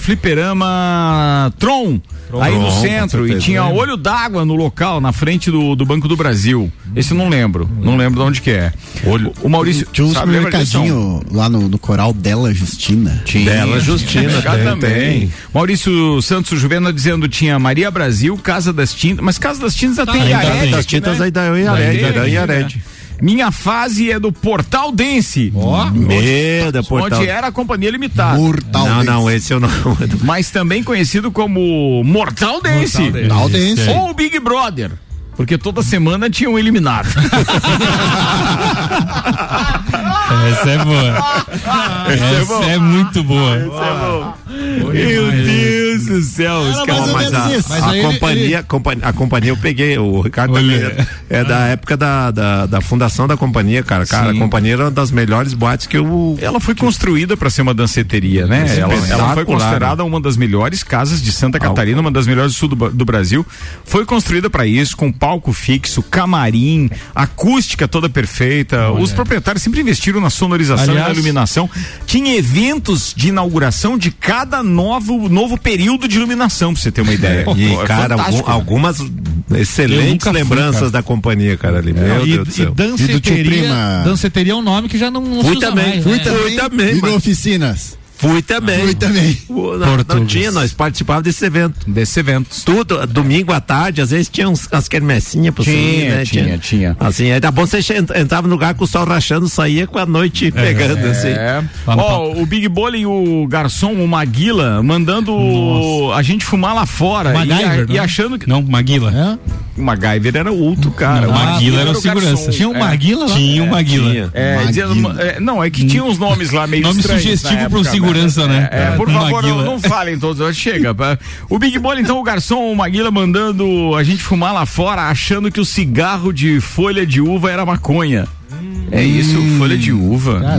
Speaker 1: fliperama Tron,
Speaker 2: Tron,
Speaker 1: aí no
Speaker 2: com
Speaker 1: centro, e
Speaker 2: certeza,
Speaker 5: né?
Speaker 1: tinha
Speaker 2: lembro.
Speaker 1: olho d'água no local, na frente do, do Banco do Brasil. Esse eu não lembro, não lembro de onde que é. Olho. O Maurício,
Speaker 6: Tinha um
Speaker 1: sabe, lembra disso?
Speaker 6: supermercadinho lá no, no coral Della Justina.
Speaker 1: Bela também. Maurício Santos Juvena dizendo tinha Maria Brasil, Casa das Tintas, mas Casa das Tintas ainda tem
Speaker 4: Ainda
Speaker 1: Yared,
Speaker 4: tem. Das Tintas
Speaker 1: né?
Speaker 4: ainda é o Yared,
Speaker 1: Tem,
Speaker 4: ainda é o
Speaker 1: né?
Speaker 4: Yared.
Speaker 1: Minha fase é do Portal Dense. Ó,
Speaker 4: Meu, da Portal.
Speaker 1: Onde é? era a Companhia Limitada.
Speaker 4: Mortal Não, Dense. não, esse eu não.
Speaker 1: Mas também conhecido como Mortal Dense.
Speaker 6: Mortal Dense.
Speaker 1: Ou Big Brother. Porque toda semana tinha um eliminado.
Speaker 3: Essa é boa. Essa, é, muito boa.
Speaker 4: Meu
Speaker 1: Deus do céu,
Speaker 4: os
Speaker 3: Era
Speaker 4: caras-
Speaker 3: mais ou
Speaker 4: mas
Speaker 3: menos
Speaker 4: a,
Speaker 3: isso.
Speaker 4: a
Speaker 3: Mas aí ele-
Speaker 4: companhia,
Speaker 3: ele-
Speaker 4: a companhia, a companhia eu peguei, o Ricardo também é, é da época da, da, da fundação da companhia, cara. Cara,
Speaker 1: Sim.
Speaker 4: a companhia era uma das melhores boates que eu.
Speaker 1: Ela foi construída para ser uma danceteria, né? Ela, ela foi considerada uma das melhores casas de Santa Catarina, uma das melhores do sul do, Ba- do Brasil. Foi construída para isso, com palco fixo, camarim, acústica toda perfeita. Os proprietários sempre investiram na sonorização e na
Speaker 2: Aliás-
Speaker 1: iluminação. Tinha eventos de inauguração de cada novo, novo período de iluminação, pra você ter uma ideia.
Speaker 4: E,
Speaker 1: É
Speaker 4: cara,
Speaker 1: fantástico,
Speaker 4: algum-
Speaker 1: né?
Speaker 4: algumas excelentes
Speaker 1: Eu nunca fui,
Speaker 4: lembranças
Speaker 1: cara.
Speaker 4: da companhia, cara, ali. Meu
Speaker 5: e,
Speaker 4: Deus do
Speaker 5: e
Speaker 4: céu.
Speaker 5: danceteria, danceteria é um nome que já não, não se
Speaker 4: Fui
Speaker 5: usa
Speaker 4: também,
Speaker 5: mais,
Speaker 4: fui
Speaker 5: né?
Speaker 1: tá
Speaker 4: também, fui também.
Speaker 6: Virou oficinas.
Speaker 4: Fui também. Fui também. Não tinha, nós participávamos desse evento.
Speaker 1: Desse evento.
Speaker 4: Tudo, domingo à tarde, às vezes tinha uns, umas quermessinhas pra você ir,
Speaker 1: Tinha,
Speaker 4: né?
Speaker 1: tinha, tinha.
Speaker 4: Assim, era bom você che- entrava no lugar com o sol rachando, saía com a noite pegando, assim.
Speaker 1: É. Ó, o Big Bully e o garçom, o Maguila, mandando a gente fumar lá fora.
Speaker 3: MacGyver,
Speaker 1: e, a- e
Speaker 3: né?
Speaker 1: achando que.
Speaker 3: Não, Maguila.
Speaker 1: O MacGyver era outro cara.
Speaker 3: Não,
Speaker 1: o
Speaker 3: É? Ah, Maguila era o
Speaker 1: garçom.
Speaker 3: segurança. Tinha um Maguila lá? Tinha um
Speaker 1: É,
Speaker 3: Maguila.
Speaker 1: tinha. É,
Speaker 3: Maguila.
Speaker 1: dizendo- é, não, é que tinha uns nomes lá meio
Speaker 3: Nome
Speaker 1: estranhos
Speaker 3: sugestivo
Speaker 1: na
Speaker 3: pra um
Speaker 1: época,
Speaker 3: segurança, né?
Speaker 1: É, é, por
Speaker 3: Um
Speaker 1: favor, não,
Speaker 3: Maguila.
Speaker 1: não falem todos. Chega. pá. O Big Bully, então, o garçom, o Maguila, mandando a gente fumar lá fora, achando que o cigarro de folha de uva era maconha.
Speaker 4: Hum.
Speaker 1: É isso, folha de uva.
Speaker 4: Ah,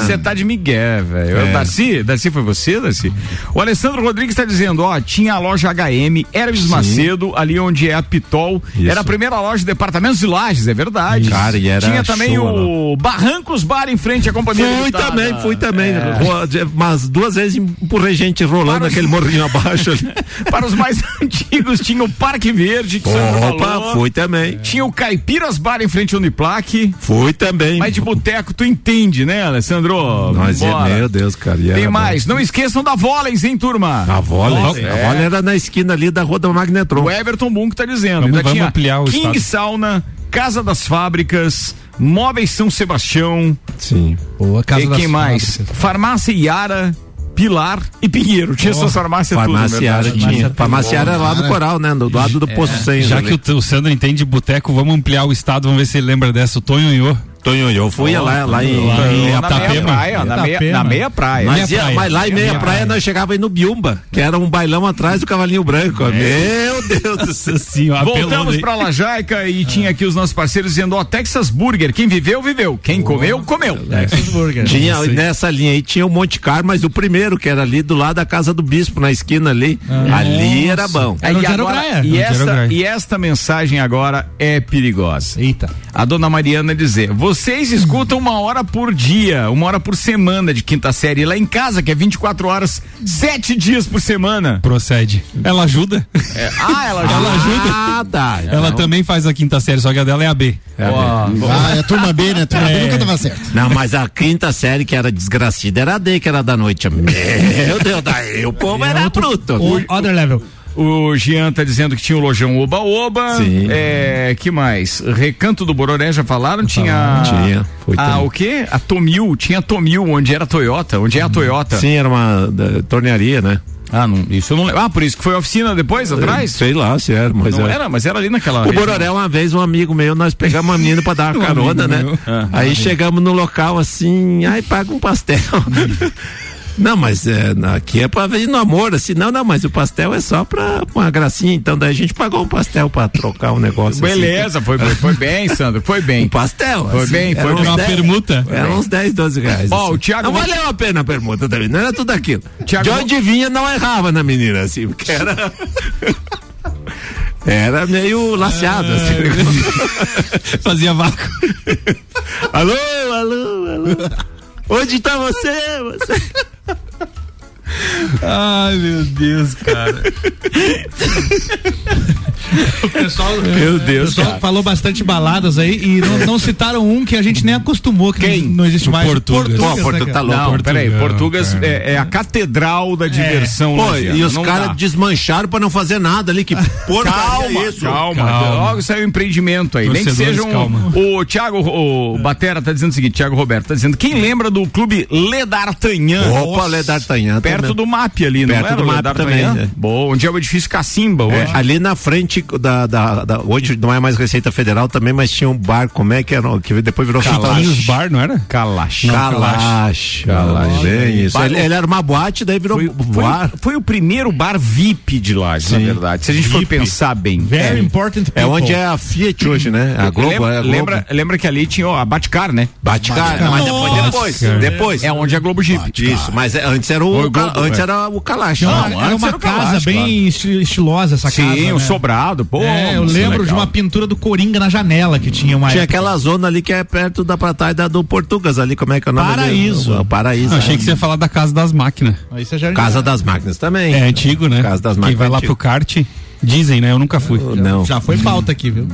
Speaker 1: Você tá de migué, velho.
Speaker 2: É.
Speaker 1: Darcy, Darcy foi você, Darcy? O Alessandro Rodrigues tá dizendo, ó, tinha a loja HM, Hermes Macedo, ali onde é a Pitol.
Speaker 4: Isso.
Speaker 1: Era a primeira loja de departamentos de lajes, é verdade.
Speaker 4: Cara, e era
Speaker 1: Tinha também
Speaker 4: show, né?
Speaker 1: o Barrancos Bar em frente à companhia
Speaker 4: Fui
Speaker 1: Limitada.
Speaker 4: também, fui também.
Speaker 1: É.
Speaker 4: Rua- Mas duas vezes empurrei gente rolando aquele morrinho abaixo ali.
Speaker 1: Para os mais antigos, tinha o Parque Verde, que o senhor
Speaker 4: Opa,
Speaker 1: falou. É.
Speaker 4: fui também.
Speaker 1: Tinha o Caipiras Bar em frente ao Uniplaque.
Speaker 4: Fui também.
Speaker 1: Mas de boteco, tu entende, né, Alessandro?
Speaker 4: Nós ia-
Speaker 1: Vambora.
Speaker 4: meu Deus, cara. e era
Speaker 1: Tem
Speaker 4: bom.
Speaker 1: mais. é. Não esqueçam da Vólens, hein, turma?
Speaker 4: A vôlei, a vôlei era na esquina ali da Rua do Magnetron.
Speaker 1: O Everton Boom que tá dizendo.
Speaker 4: Vamos-
Speaker 1: Ainda
Speaker 4: vamos
Speaker 1: tinha
Speaker 4: ampliar o
Speaker 1: King
Speaker 4: estado.
Speaker 1: Sauna, Casa das Fábricas, Móveis São Sebastião.
Speaker 4: Sim.
Speaker 1: Boa,
Speaker 5: Casa
Speaker 1: E
Speaker 5: das
Speaker 1: quem mais?
Speaker 5: Fábricas.
Speaker 1: Farmácia Iara, Pilar e Pinheiro. Tinha
Speaker 3: Boa.
Speaker 1: essas farmácias
Speaker 3: Farmácia
Speaker 1: tudo, é verdade.
Speaker 3: Iara tinha. Farmácia Farmácia Iara
Speaker 4: Era lá do Coral, né? Do, do lado
Speaker 1: É.
Speaker 4: do Poço Sem. né?
Speaker 3: Já que o, o Sandro entende de boteco, vamos ampliar o estado, vamos ver se ele lembra dessa. O Tonhonhô.
Speaker 4: Tonhonhô, fui lá- lá em- em
Speaker 3: Itapema.
Speaker 4: Na meia praia, na meia-
Speaker 3: Itapema.
Speaker 4: na meia
Speaker 1: praia.
Speaker 4: Mas, ia- mas lá em meia praia, nós chegava aí no Biumba, que era um bailão atrás do Cavalinho Branco. ó. Meu Deus do céu.
Speaker 1: Voltamos pra Lajaica e tinha aqui os nossos parceiros dizendo, ó, Texas Burger, quem viveu, viveu. Quem comeu, comeu. É, Texas Burger.
Speaker 4: Tinha nessa linha aí, tinha o Monte Carlo, mas o primeiro, que era ali do lado da casa do bispo, na esquina ali. ali era bom.
Speaker 1: Aí agora- e, esta, e esta mensagem agora é perigosa. Eita. A dona Mariana dizer: vocês escutam uma hora por dia, uma hora por semana de quinta série lá em casa, que é 24 horas, sete dias por semana.
Speaker 3: Procede. Ela ajuda?
Speaker 5: É,
Speaker 1: Ah, ela ajuda.
Speaker 4: Ah, tá.
Speaker 3: Ela também faz a quinta série, só que a dela é a B.
Speaker 4: a B. Ó.
Speaker 6: Ah, é a turma B, né? A turma B
Speaker 4: É.
Speaker 6: nunca tava certo.
Speaker 4: Não, mas a quinta série que era desgracida era a D, que era da noite. Meu Deus, daí o povo era bruto.
Speaker 1: Other level. O Jean tá dizendo que tinha o lojão Oba Oba.
Speaker 4: Sim.
Speaker 1: É, que mais? Recanto do Bororé, já falaram? Tinha.
Speaker 4: Tinha, foi
Speaker 1: Ah,
Speaker 4: também.
Speaker 1: o quê? A Tomil. Tinha a Tomil, onde era a Toyota. Onde é a Toyota?
Speaker 4: Hum, Sim, era uma da, tornearia, né?
Speaker 1: Ah, não, isso eu não lembro. Ah, por isso que foi a oficina depois, atrás?
Speaker 4: Sei lá se era, mas é.
Speaker 1: Não
Speaker 4: era.
Speaker 1: era, mas era ali naquela.
Speaker 4: É, O
Speaker 1: região.
Speaker 4: Bororé, uma vez, um amigo meu, nós pegamos uma menina pra dar uma
Speaker 1: Um
Speaker 4: carona, né?
Speaker 1: amigo meu. Ah,
Speaker 4: aí
Speaker 1: amigo.
Speaker 4: chegamos no local assim, ai, paga um pastel. Não, mas é, na- aqui é pra ver no amor, assim, não, não, mas o pastel é só pra uma gracinha, então daí a gente pagou um pastel pra trocar um negócio. assim.
Speaker 1: Beleza, foi, foi, foi bem, Sandro, foi bem. Um
Speaker 4: pastel.
Speaker 1: Foi
Speaker 4: assim,
Speaker 1: bem,
Speaker 4: era
Speaker 1: foi
Speaker 4: uns
Speaker 1: bem.
Speaker 4: 10, Era É uns 10, 12 reais.
Speaker 1: Ó,
Speaker 4: assim.
Speaker 1: o Thiago
Speaker 4: Não
Speaker 1: Ro-
Speaker 4: valeu a pena a permuta também, não era tudo aquilo.
Speaker 1: Thiago
Speaker 4: De
Speaker 1: Ro-
Speaker 4: onde vinha, não errava na menina, assim, porque era. Era meio laceado,
Speaker 1: É.
Speaker 4: assim.
Speaker 3: Fazia vácuo.
Speaker 4: alô, alô, alô. Onde tá você? você?
Speaker 3: Ai, meu Deus, cara.
Speaker 5: O pessoal,
Speaker 3: Meu Deus,
Speaker 5: o pessoal
Speaker 3: cara.
Speaker 5: falou bastante baladas aí e não, não citaram um que a gente nem acostumou, que Quem? não existe mais.
Speaker 1: Portugas.
Speaker 5: Portugas, né, cara?
Speaker 1: Não, peraí, Portugas é, é a catedral da diversão.
Speaker 4: Pô,
Speaker 1: Laziano,
Speaker 4: e os
Speaker 1: não dá.
Speaker 4: caras desmancharam pra não fazer nada ali, que porcaria
Speaker 1: Calma,
Speaker 4: é isso?
Speaker 1: calma, Logo saiu o empreendimento aí. Nem que
Speaker 4: Torcedores,
Speaker 1: seja um.
Speaker 4: calma. É.
Speaker 1: O Thiago o Batera tá dizendo o seguinte: Thiago Roberto tá dizendo. Quem lembra do clube Ledartanhã?
Speaker 4: Opa,
Speaker 1: Nossa.
Speaker 4: Ledartanhã
Speaker 1: Perto
Speaker 4: também.
Speaker 1: do MAP ali, não
Speaker 4: Perto
Speaker 1: era
Speaker 4: do
Speaker 1: o
Speaker 4: MAP
Speaker 1: Ledartanhã?
Speaker 4: também, né?
Speaker 1: Bom, onde é o edifício Cacimba hoje.
Speaker 4: É, ali na frente da, da, da- Hoje não é mais Receita Federal também, mas tinha um bar, como é que era? o- Que depois virou
Speaker 3: Chiquinhos
Speaker 4: Calache.
Speaker 3: Bar, não era?
Speaker 1: Calache.
Speaker 4: Calache. Calache. Bem isso.
Speaker 1: Bar-
Speaker 4: Ele, ele era uma boate, daí virou
Speaker 1: Foi, foi-
Speaker 4: bar.
Speaker 1: foi o primeiro bar VIP de lá, na verdade. Se a gente for
Speaker 4: VIP.
Speaker 1: pensar bem.
Speaker 4: Very
Speaker 1: É.
Speaker 4: important É onde people. é a Fiat hoje, né? A Globo,
Speaker 1: lembra,
Speaker 4: é a Globo.
Speaker 1: Lembra, lembra que ali tinha ó, a Batcar, né?
Speaker 4: Batcar, mas depois- Nossa, depois, cara. depois.
Speaker 1: É onde é a Globo Jeep.
Speaker 4: Isso, mas é, antes era o,
Speaker 1: Foi o
Speaker 4: ca-
Speaker 1: Globo,
Speaker 4: antes
Speaker 1: é.
Speaker 4: era o Calache.
Speaker 5: Não,
Speaker 4: Não,
Speaker 5: era
Speaker 4: antes
Speaker 5: uma
Speaker 4: o
Speaker 5: casa
Speaker 4: Calache,
Speaker 5: bem
Speaker 4: claro.
Speaker 5: esti- estilosa essa
Speaker 1: Sim,
Speaker 5: casa.
Speaker 1: o
Speaker 5: né?
Speaker 1: sobrado, pô,
Speaker 5: É, eu
Speaker 1: isso é
Speaker 5: lembro de
Speaker 1: legal.
Speaker 5: uma pintura do Coringa na janela que tinha uma
Speaker 4: Tinha
Speaker 5: época.
Speaker 4: aquela zona ali que é perto da praia da- do Portugas ali, como é que é o nome?
Speaker 5: Paraíso.
Speaker 4: dele? O Paraíso.
Speaker 3: Não, achei
Speaker 4: né?
Speaker 3: que você ia falar da Casa das Máquinas.
Speaker 5: Aí você já
Speaker 4: Casa das Máquinas também.
Speaker 3: É antigo, né?
Speaker 4: Casa das
Speaker 3: Quem
Speaker 4: Máquinas.
Speaker 3: vai lá
Speaker 4: antigo.
Speaker 3: pro kart. Dizem, né? Eu nunca fui.
Speaker 4: Não.
Speaker 5: Já foi pauta aqui, viu?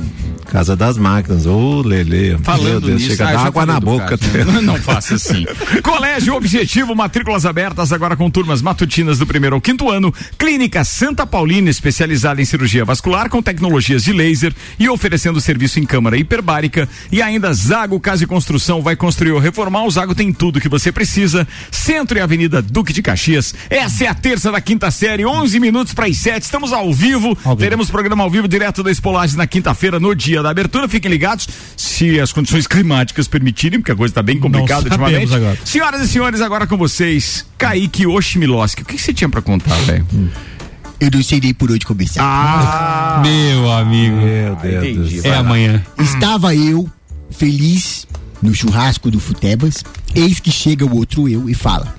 Speaker 4: Casa das Máquinas, ô Lele.
Speaker 1: Falando
Speaker 4: Meu Deus,
Speaker 1: nisso,
Speaker 4: chega
Speaker 1: ah,
Speaker 4: a
Speaker 1: já
Speaker 4: dar água
Speaker 1: falei
Speaker 4: na
Speaker 1: do
Speaker 4: boca.
Speaker 1: Cássio, né? Não faça assim. Colégio Objetivo, matrículas abertas agora com turmas matutinas do primeiro ao quinto ano. Clínica Santa Paulina, especializada em cirurgia vascular com tecnologias de laser e oferecendo serviço em câmara hiperbárica. E ainda Zago Casa e Construção vai construir ou reformar. O Zago tem tudo que você precisa. Centro e Avenida Duque de Caxias. Essa é a terça da quinta série, 11 minutos para as 7. Estamos ao vivo. Teremos programa ao vivo direto da Espolagem na quinta-feira, no dia da abertura. Fiquem ligados, se as condições climáticas permitirem, porque a coisa está bem complicada
Speaker 5: sabemos
Speaker 1: ultimamente.
Speaker 5: agora.
Speaker 1: Senhoras e senhores, agora com vocês, Kaique Oshimiloski. O que que você tinha para contar, velho?
Speaker 6: Eu não sei nem por onde começar.
Speaker 1: Ah!
Speaker 3: Meu amigo.
Speaker 4: Meu Deus
Speaker 1: entendi.
Speaker 3: É
Speaker 1: Vai lá.
Speaker 3: amanhã.
Speaker 6: Estava eu, feliz, no churrasco do Futebas, eis que chega o outro eu e fala.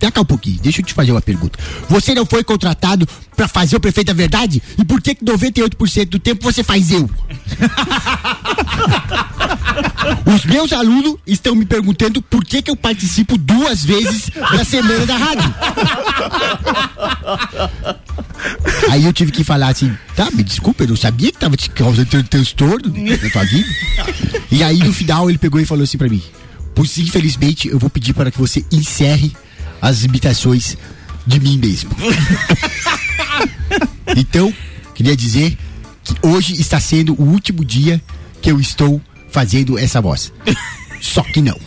Speaker 6: Vem cá um pouquinho, deixa eu te fazer uma pergunta. Você não foi contratado pra fazer o prefeito da verdade? E por que que 98% do tempo você faz eu? Os meus alunos estão me perguntando por que que eu participo duas vezes da semana da rádio. Aí eu tive que falar assim, tá, me desculpa, eu não sabia que tava te causando tanto transtorno na tua vida. E aí no final ele pegou e falou assim pra mim, pois infelizmente eu vou pedir para que você encerre as imitações de mim mesmo. então, queria dizer que hoje está sendo o último dia que eu estou fazendo essa voz. Só que não.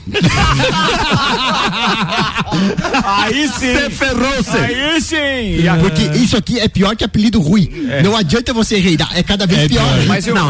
Speaker 1: Aí sim. Você
Speaker 6: ferrou-se.
Speaker 1: Aí sim. E a-
Speaker 6: Porque isso aqui é pior que apelido ruim. Não adianta você reinar, é cada vez pior.
Speaker 1: Mas eu- eu- eu-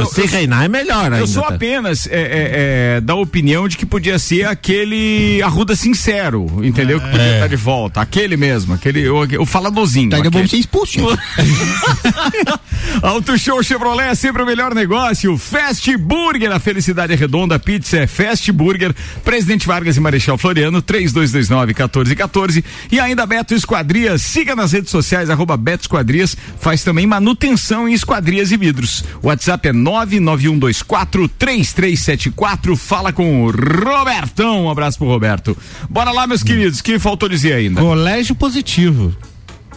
Speaker 4: melhor
Speaker 1: Eu
Speaker 4: ainda,
Speaker 1: sou
Speaker 4: tá?
Speaker 1: apenas é, é, é, da opinião de que podia ser aquele Arruda Sincero, entendeu? Que podia estar de volta. Aquele mesmo, aquele, o, o faladorzinho.
Speaker 6: Tá, então
Speaker 1: aquele.
Speaker 6: vamos ser expulsos.
Speaker 1: Auto Show Chevrolet é sempre o melhor negócio. Fast Burger, a felicidade é redonda. Pizza é Fast Burger. Presidente Vargas e Marechal Floriano, 3229-1414. E ainda Beto Esquadrias. Siga nas redes sociais, arroba Beto Esquadrias. Faz também manutenção em esquadrias e vidros. O WhatsApp é 991243374. Fala com o Robertão. Um abraço pro Roberto. Bora lá, meus queridos. que faltou dizer ainda?
Speaker 5: Colégio positivo.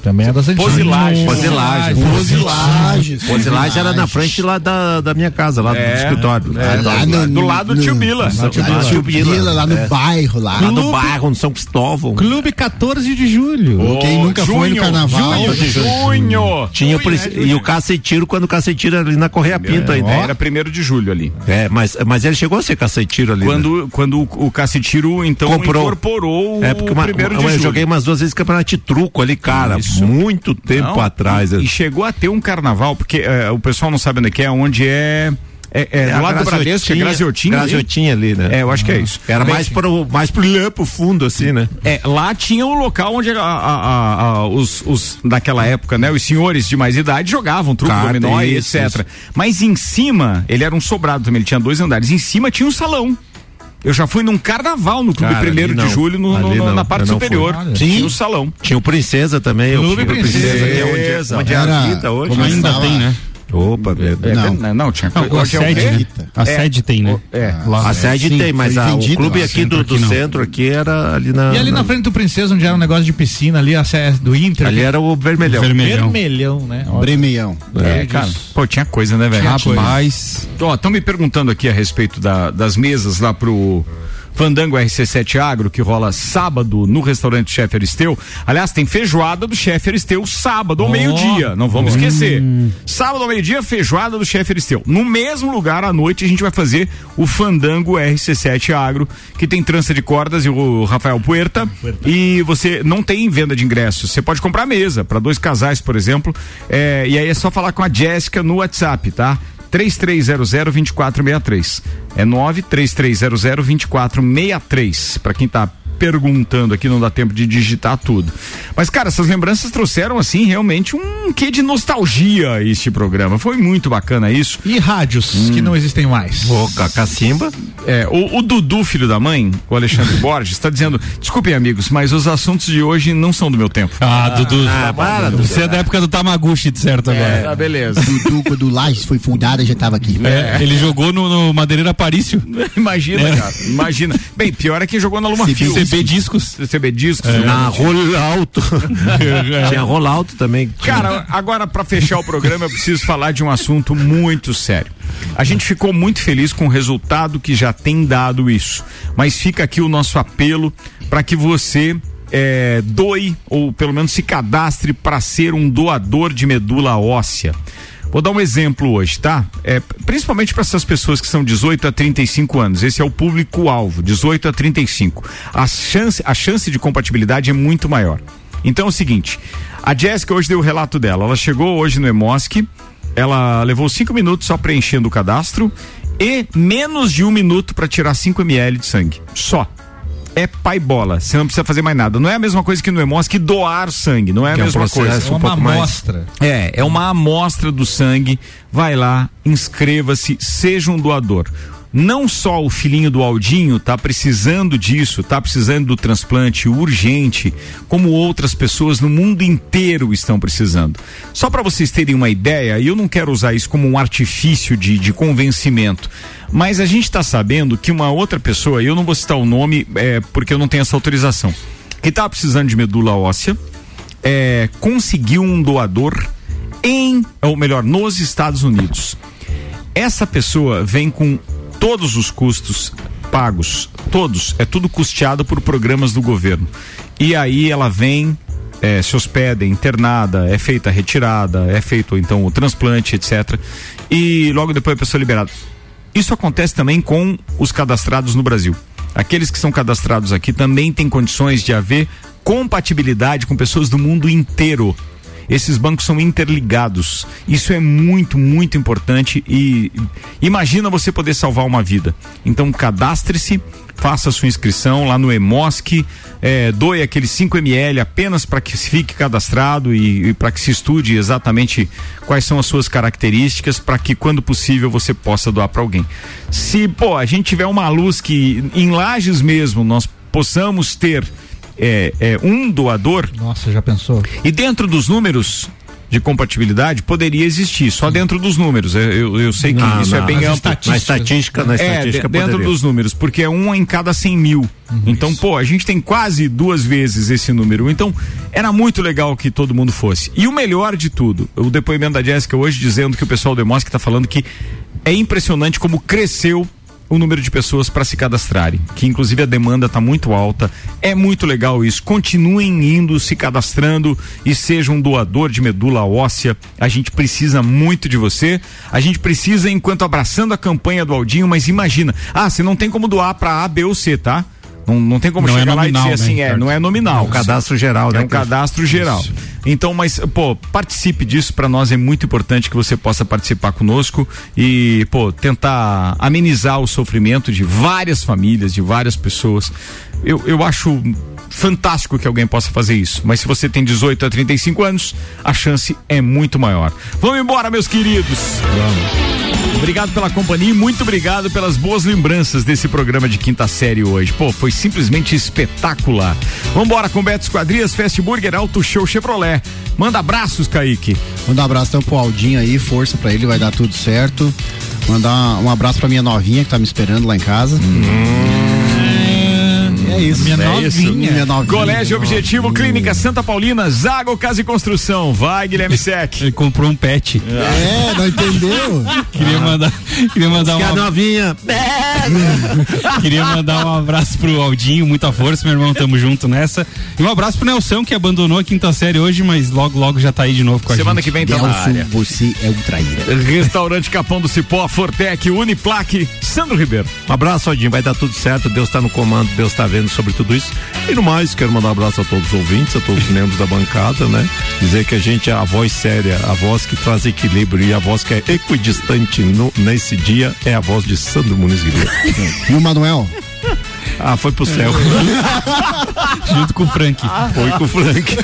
Speaker 5: Também é das antigas.
Speaker 1: Posilagem.
Speaker 4: Posilagem.
Speaker 6: Posilagem.
Speaker 4: Posilagem era na frente lá da, da minha casa, lá
Speaker 1: É,
Speaker 4: do escritório.
Speaker 1: é, lá no- do lado do tio Bila.
Speaker 4: Lá do
Speaker 6: Lá no
Speaker 4: tio Bila,
Speaker 6: lá no
Speaker 4: é.
Speaker 6: bairro, lá.
Speaker 4: Lá no bairro, no São Cristóvão.
Speaker 5: Clube 14 de julho.
Speaker 6: Quem nunca foi no carnaval?
Speaker 1: Junho, junho. é
Speaker 4: Tinha o polici-
Speaker 1: né?
Speaker 4: e o cacetiro quando o cacetiro era ali na Correia Pinto ainda.
Speaker 1: Era primeiro de julho ali.
Speaker 4: É, mas, mas ele chegou a ser cacetiro ali. né?
Speaker 1: Quando, quando o, o Cacetiro, então,
Speaker 4: Comprou.
Speaker 1: incorporou
Speaker 4: É, porque
Speaker 1: o
Speaker 4: uma,
Speaker 1: primeiro
Speaker 4: uma-
Speaker 1: de
Speaker 4: eu
Speaker 1: julho.
Speaker 4: joguei umas duas vezes campeonato de truco ali, cara. Muito tempo
Speaker 1: Não,
Speaker 4: atrás.
Speaker 1: E,
Speaker 4: eu-
Speaker 1: e chegou a ter um carnaval, porque eh, o pessoal não sabe onde é que é, onde é. É, é,
Speaker 4: É,
Speaker 1: do
Speaker 4: a
Speaker 1: lado do Bradesco, é Graziotinho. ali?
Speaker 4: Graziotinha ali, né?
Speaker 1: É, eu acho que é isso.
Speaker 4: Era
Speaker 1: Bem,
Speaker 4: mais pro, mais pro lã, pro fundo, assim, né?
Speaker 1: É, lá tinha o local onde a- a- a- a- os, os- naquela época, né, os senhores de mais idade jogavam truco,
Speaker 4: Carta,
Speaker 1: dominó e
Speaker 4: Ah, isso,
Speaker 1: etc. Mas em cima, ele era um sobrado também, ele tinha dois andares. Em cima tinha um salão. Eu já fui num carnaval no clube
Speaker 4: Cara, ali
Speaker 1: primeiro de
Speaker 4: não.
Speaker 1: julho, no- no-
Speaker 4: Ali não,
Speaker 1: na
Speaker 4: eu
Speaker 1: parte
Speaker 4: não
Speaker 1: superior.
Speaker 4: fui.
Speaker 1: Tinha
Speaker 4: Sim.
Speaker 1: um salão.
Speaker 4: Tinha o Princesa também. eu
Speaker 5: Clube
Speaker 4: fui pro
Speaker 5: Princesa.
Speaker 4: que é onde,
Speaker 1: Princesa.
Speaker 4: onde é a
Speaker 6: Era-
Speaker 4: vida hoje.
Speaker 6: como
Speaker 4: né?
Speaker 6: ainda
Speaker 3: Ainda tem, né?
Speaker 4: Opa, meu Deus.
Speaker 6: Não.
Speaker 1: Não, não tinha.
Speaker 3: Não, a
Speaker 1: hoje é o
Speaker 3: sede,
Speaker 1: quê?
Speaker 3: né? A sede tem, né?
Speaker 1: É.
Speaker 4: A
Speaker 3: Lá.
Speaker 4: sede
Speaker 6: sim,
Speaker 4: tem, mas
Speaker 6: foi
Speaker 4: a- o
Speaker 6: vendido
Speaker 4: clube
Speaker 6: lá,
Speaker 4: aqui do, do
Speaker 3: aqui não.
Speaker 4: centro aqui era ali na.
Speaker 5: E ali na frente do Princesa, onde era um negócio de piscina, ali a sé- do Inter.
Speaker 4: Ali era o vermelhão.
Speaker 3: Vermelhão.
Speaker 5: vermelhão, né? Olha,
Speaker 6: Bremeião.
Speaker 1: É, cara. Pô, tinha coisa, né, velho?
Speaker 3: Rapaz.
Speaker 1: Ó, estão me perguntando aqui a respeito da- das mesas lá pro Fandango RC7 Agro, que rola sábado no restaurante Chefe Aristeu. Aliás, tem feijoada do Chefe Aristeu sábado ao meio-dia, não vamos esquecer. Sábado ao meio-dia, feijoada do Chefe Aristeu. No mesmo lugar, à noite, a gente vai fazer o Fandango RC7 Agro, que tem trança de cordas e o Rafael Puerta. E você não tem venda de ingressos. Você pode comprar mesa para dois casais, por exemplo. É, e aí é só falar com a Jéssica no WhatsApp, tá? 3300-2463. É 93300-2463. Pra quem tá perguntando aqui, não dá tempo de digitar tudo. Mas, cara, essas lembranças trouxeram, assim, realmente um quê de nostalgia a este programa. Foi muito bacana isso.
Speaker 5: E rádios que não existem mais.
Speaker 4: Pô, ca- cacimba.
Speaker 1: É, o, o Dudu, filho da mãe, o Alexandre Borges, está dizendo: desculpem, amigos, mas os assuntos de hoje não são do meu tempo.
Speaker 3: Ah, Dudu, tá bom, Dudu. Você é da época do Tamaguchi, de
Speaker 4: É,
Speaker 3: certo, agora.
Speaker 1: tá beleza.
Speaker 6: Dudu, quando o Lages foi fundada, já tava aqui.
Speaker 3: É, Ele jogou no, no Madeireira Parício.
Speaker 1: Imagina, cara. Imagina. Bem, pior é quem jogou na Luma Fio.
Speaker 3: CB Discos.
Speaker 1: CB Discos.
Speaker 3: É.
Speaker 1: né?
Speaker 3: Na
Speaker 4: Rolauto. Tinha Rolauto também.
Speaker 1: Cara, agora para fechar o programa eu preciso falar de um assunto muito sério. A gente ficou muito feliz com o resultado que já tem dado isso, mas fica aqui o nosso apelo para que você eh, doe ou pelo menos se cadastre para ser um doador de medula óssea. Vou dar um exemplo hoje, tá? É, principalmente para essas pessoas que são 18 a 35 anos. Esse é o público-alvo, 18 a 35. A chance, a chance de compatibilidade é muito maior. Então é o seguinte: a Jéssica hoje deu o relato dela. Ela chegou hoje no Emosc, ela levou cinco minutos só preenchendo o cadastro e menos de um minuto para tirar 5 ml de sangue. Só. É pai bola, você não precisa fazer mais nada. Não é a mesma coisa que no Emosc doar sangue, não é a
Speaker 4: Que é um
Speaker 1: mesma
Speaker 4: processo
Speaker 1: coisa.
Speaker 4: um É uma pouco mais- amostra.
Speaker 1: É, é uma amostra do sangue. Vai lá, inscreva-se, seja um doador. Não só o filhinho do Aldinho tá precisando disso, tá precisando do transplante urgente, como outras pessoas no mundo inteiro estão precisando. Só para vocês terem uma ideia, e eu não quero usar isso como um artifício de, de convencimento, mas a gente está sabendo que uma outra pessoa, e eu não vou citar o nome é, porque eu não tenho essa autorização, que tá precisando de medula óssea, é, conseguiu um doador em, ou melhor, nos Estados Unidos. Essa pessoa vem com todos os custos pagos, todos, é tudo custeado por programas do governo. E aí ela vem, é, se hospeda, é internada, é feita a retirada, é feito então o transplante, etc. E logo depois a pessoa é liberada. Isso acontece também com os cadastrados no Brasil. Aqueles que são cadastrados aqui também têm condições de haver compatibilidade com pessoas do mundo inteiro. Esses bancos são interligados. Isso é muito, muito importante e imagina você poder salvar uma vida. Então cadastre-se, faça sua inscrição lá no Emosc, eh, doe aqueles 5 ml apenas para que se fique cadastrado e, e para que se estude exatamente quais são as suas características para que quando possível você possa doar para alguém. Se pô, a gente tiver uma luz que em lajes mesmo nós possamos ter eh, eh, um doador,
Speaker 5: Nossa, já pensou?
Speaker 1: e dentro dos números de compatibilidade poderia existir, só dentro dos números. Eu, eu, eu sei que
Speaker 4: Hum. Não,
Speaker 1: isso é
Speaker 4: não,
Speaker 1: bem
Speaker 4: nas
Speaker 1: amplo.
Speaker 4: estatísticas. Na estatística- na
Speaker 1: É,
Speaker 4: estatística
Speaker 1: de- dentro
Speaker 4: poderia. Uhum.
Speaker 1: dos números, porque é um em cada 100 mil. então, pô, a gente tem quase duas vezes esse número. Então, era muito legal que todo mundo fosse. E o melhor de tudo, o depoimento da Jéssica hoje dizendo que o pessoal do Emosc está falando que é impressionante como cresceu o número de pessoas para se cadastrarem, que inclusive a demanda está muito alta. É muito legal isso. Continuem indo, se cadastrando e seja um doador de medula óssea. A gente precisa muito de você. A gente precisa enquanto abraçando a campanha do Aldinho, mas imagina, ah, você não tem como doar para A, B ou C, tá? Não, não tem como
Speaker 4: Não é
Speaker 1: chegar
Speaker 4: nominal,
Speaker 1: lá e dizer assim,
Speaker 4: né,
Speaker 1: é,
Speaker 4: Ricardo?
Speaker 1: não é nominal.
Speaker 4: É um cadastro geral,
Speaker 1: É
Speaker 4: né,
Speaker 1: um
Speaker 4: Cris?
Speaker 1: cadastro geral. Então, mas, pô, participe disso. Pra nós é muito importante que você possa participar conosco e, pô, tentar amenizar o sofrimento de várias famílias, de várias pessoas. Eu, eu acho fantástico que alguém possa fazer isso. Mas se você tem 18 a 35 anos, a chance é muito maior. Vamos embora, meus queridos. Obrigado pela companhia e muito obrigado pelas boas lembranças desse programa de quinta série hoje. Pô, foi simplesmente espetacular. Vambora com Beto Esquadrias, Fast Burger, Auto Show Chevrolet. Manda abraços, Kaique.
Speaker 6: Mandar um abraço então pro Aldinho aí, força pra ele, vai dar tudo certo. Mandar um abraço pra minha novinha que tá me esperando lá em casa. É isso.
Speaker 5: Minha
Speaker 6: é
Speaker 5: novinha.
Speaker 6: Isso. Minha novinha.
Speaker 1: Colégio Objetivo, Clínica Santa Paulina, Zago Casa e Construção. Vai, Guilherme Sec.
Speaker 3: Ele comprou um pet.
Speaker 6: É, não entendeu?
Speaker 3: Queria mandar, queria mandar
Speaker 4: Que a
Speaker 3: um,
Speaker 4: novinha.
Speaker 3: queria mandar um abraço pro Aldinho, muita força, meu irmão, tamo junto nessa. E um abraço pro Nelson que abandonou a quinta série hoje, mas logo logo já tá aí de novo com a
Speaker 1: Semana que
Speaker 3: gente.
Speaker 1: vem tá na
Speaker 6: Nelson,
Speaker 1: área.
Speaker 6: você é um traíra.
Speaker 1: Restaurante Capão do Cipó, Fortec, Uniplaque, Sandro Ribeiro.
Speaker 4: Um abraço, Aldinho. Vai dar tudo certo. Deus está no comando, Deus está vendo sobre tudo isso. E no mais, quero mandar um abraço a todos os ouvintes, a todos os membros da bancada, né? Dizer que a gente é a voz séria, a voz que traz equilíbrio e a voz que é equidistante no- nesse dia é a voz de Sandro Muniz Guilherme.
Speaker 6: E o Manuel?
Speaker 4: Ah, foi pro céu.
Speaker 3: Junto com o Frank.
Speaker 4: Foi com o Frank.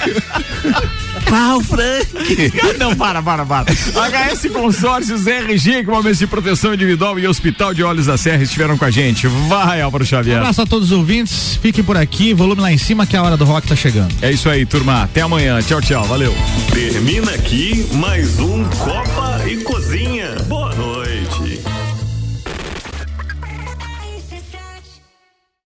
Speaker 1: pau, Frank. Não, para, para, para. HS Consórcios RG, equipamentos de proteção individual e Hospital de Olhos da Serra estiveram com a gente. Vai, Álvaro
Speaker 5: Um
Speaker 1: Xavier.
Speaker 5: abraço a todos os ouvintes, fiquem por aqui, volume lá em cima que a hora do rock tá chegando.
Speaker 1: É isso aí, turma. Até amanhã. Tchau, tchau. Valeu.
Speaker 2: Termina aqui mais um Copa e Cozinha.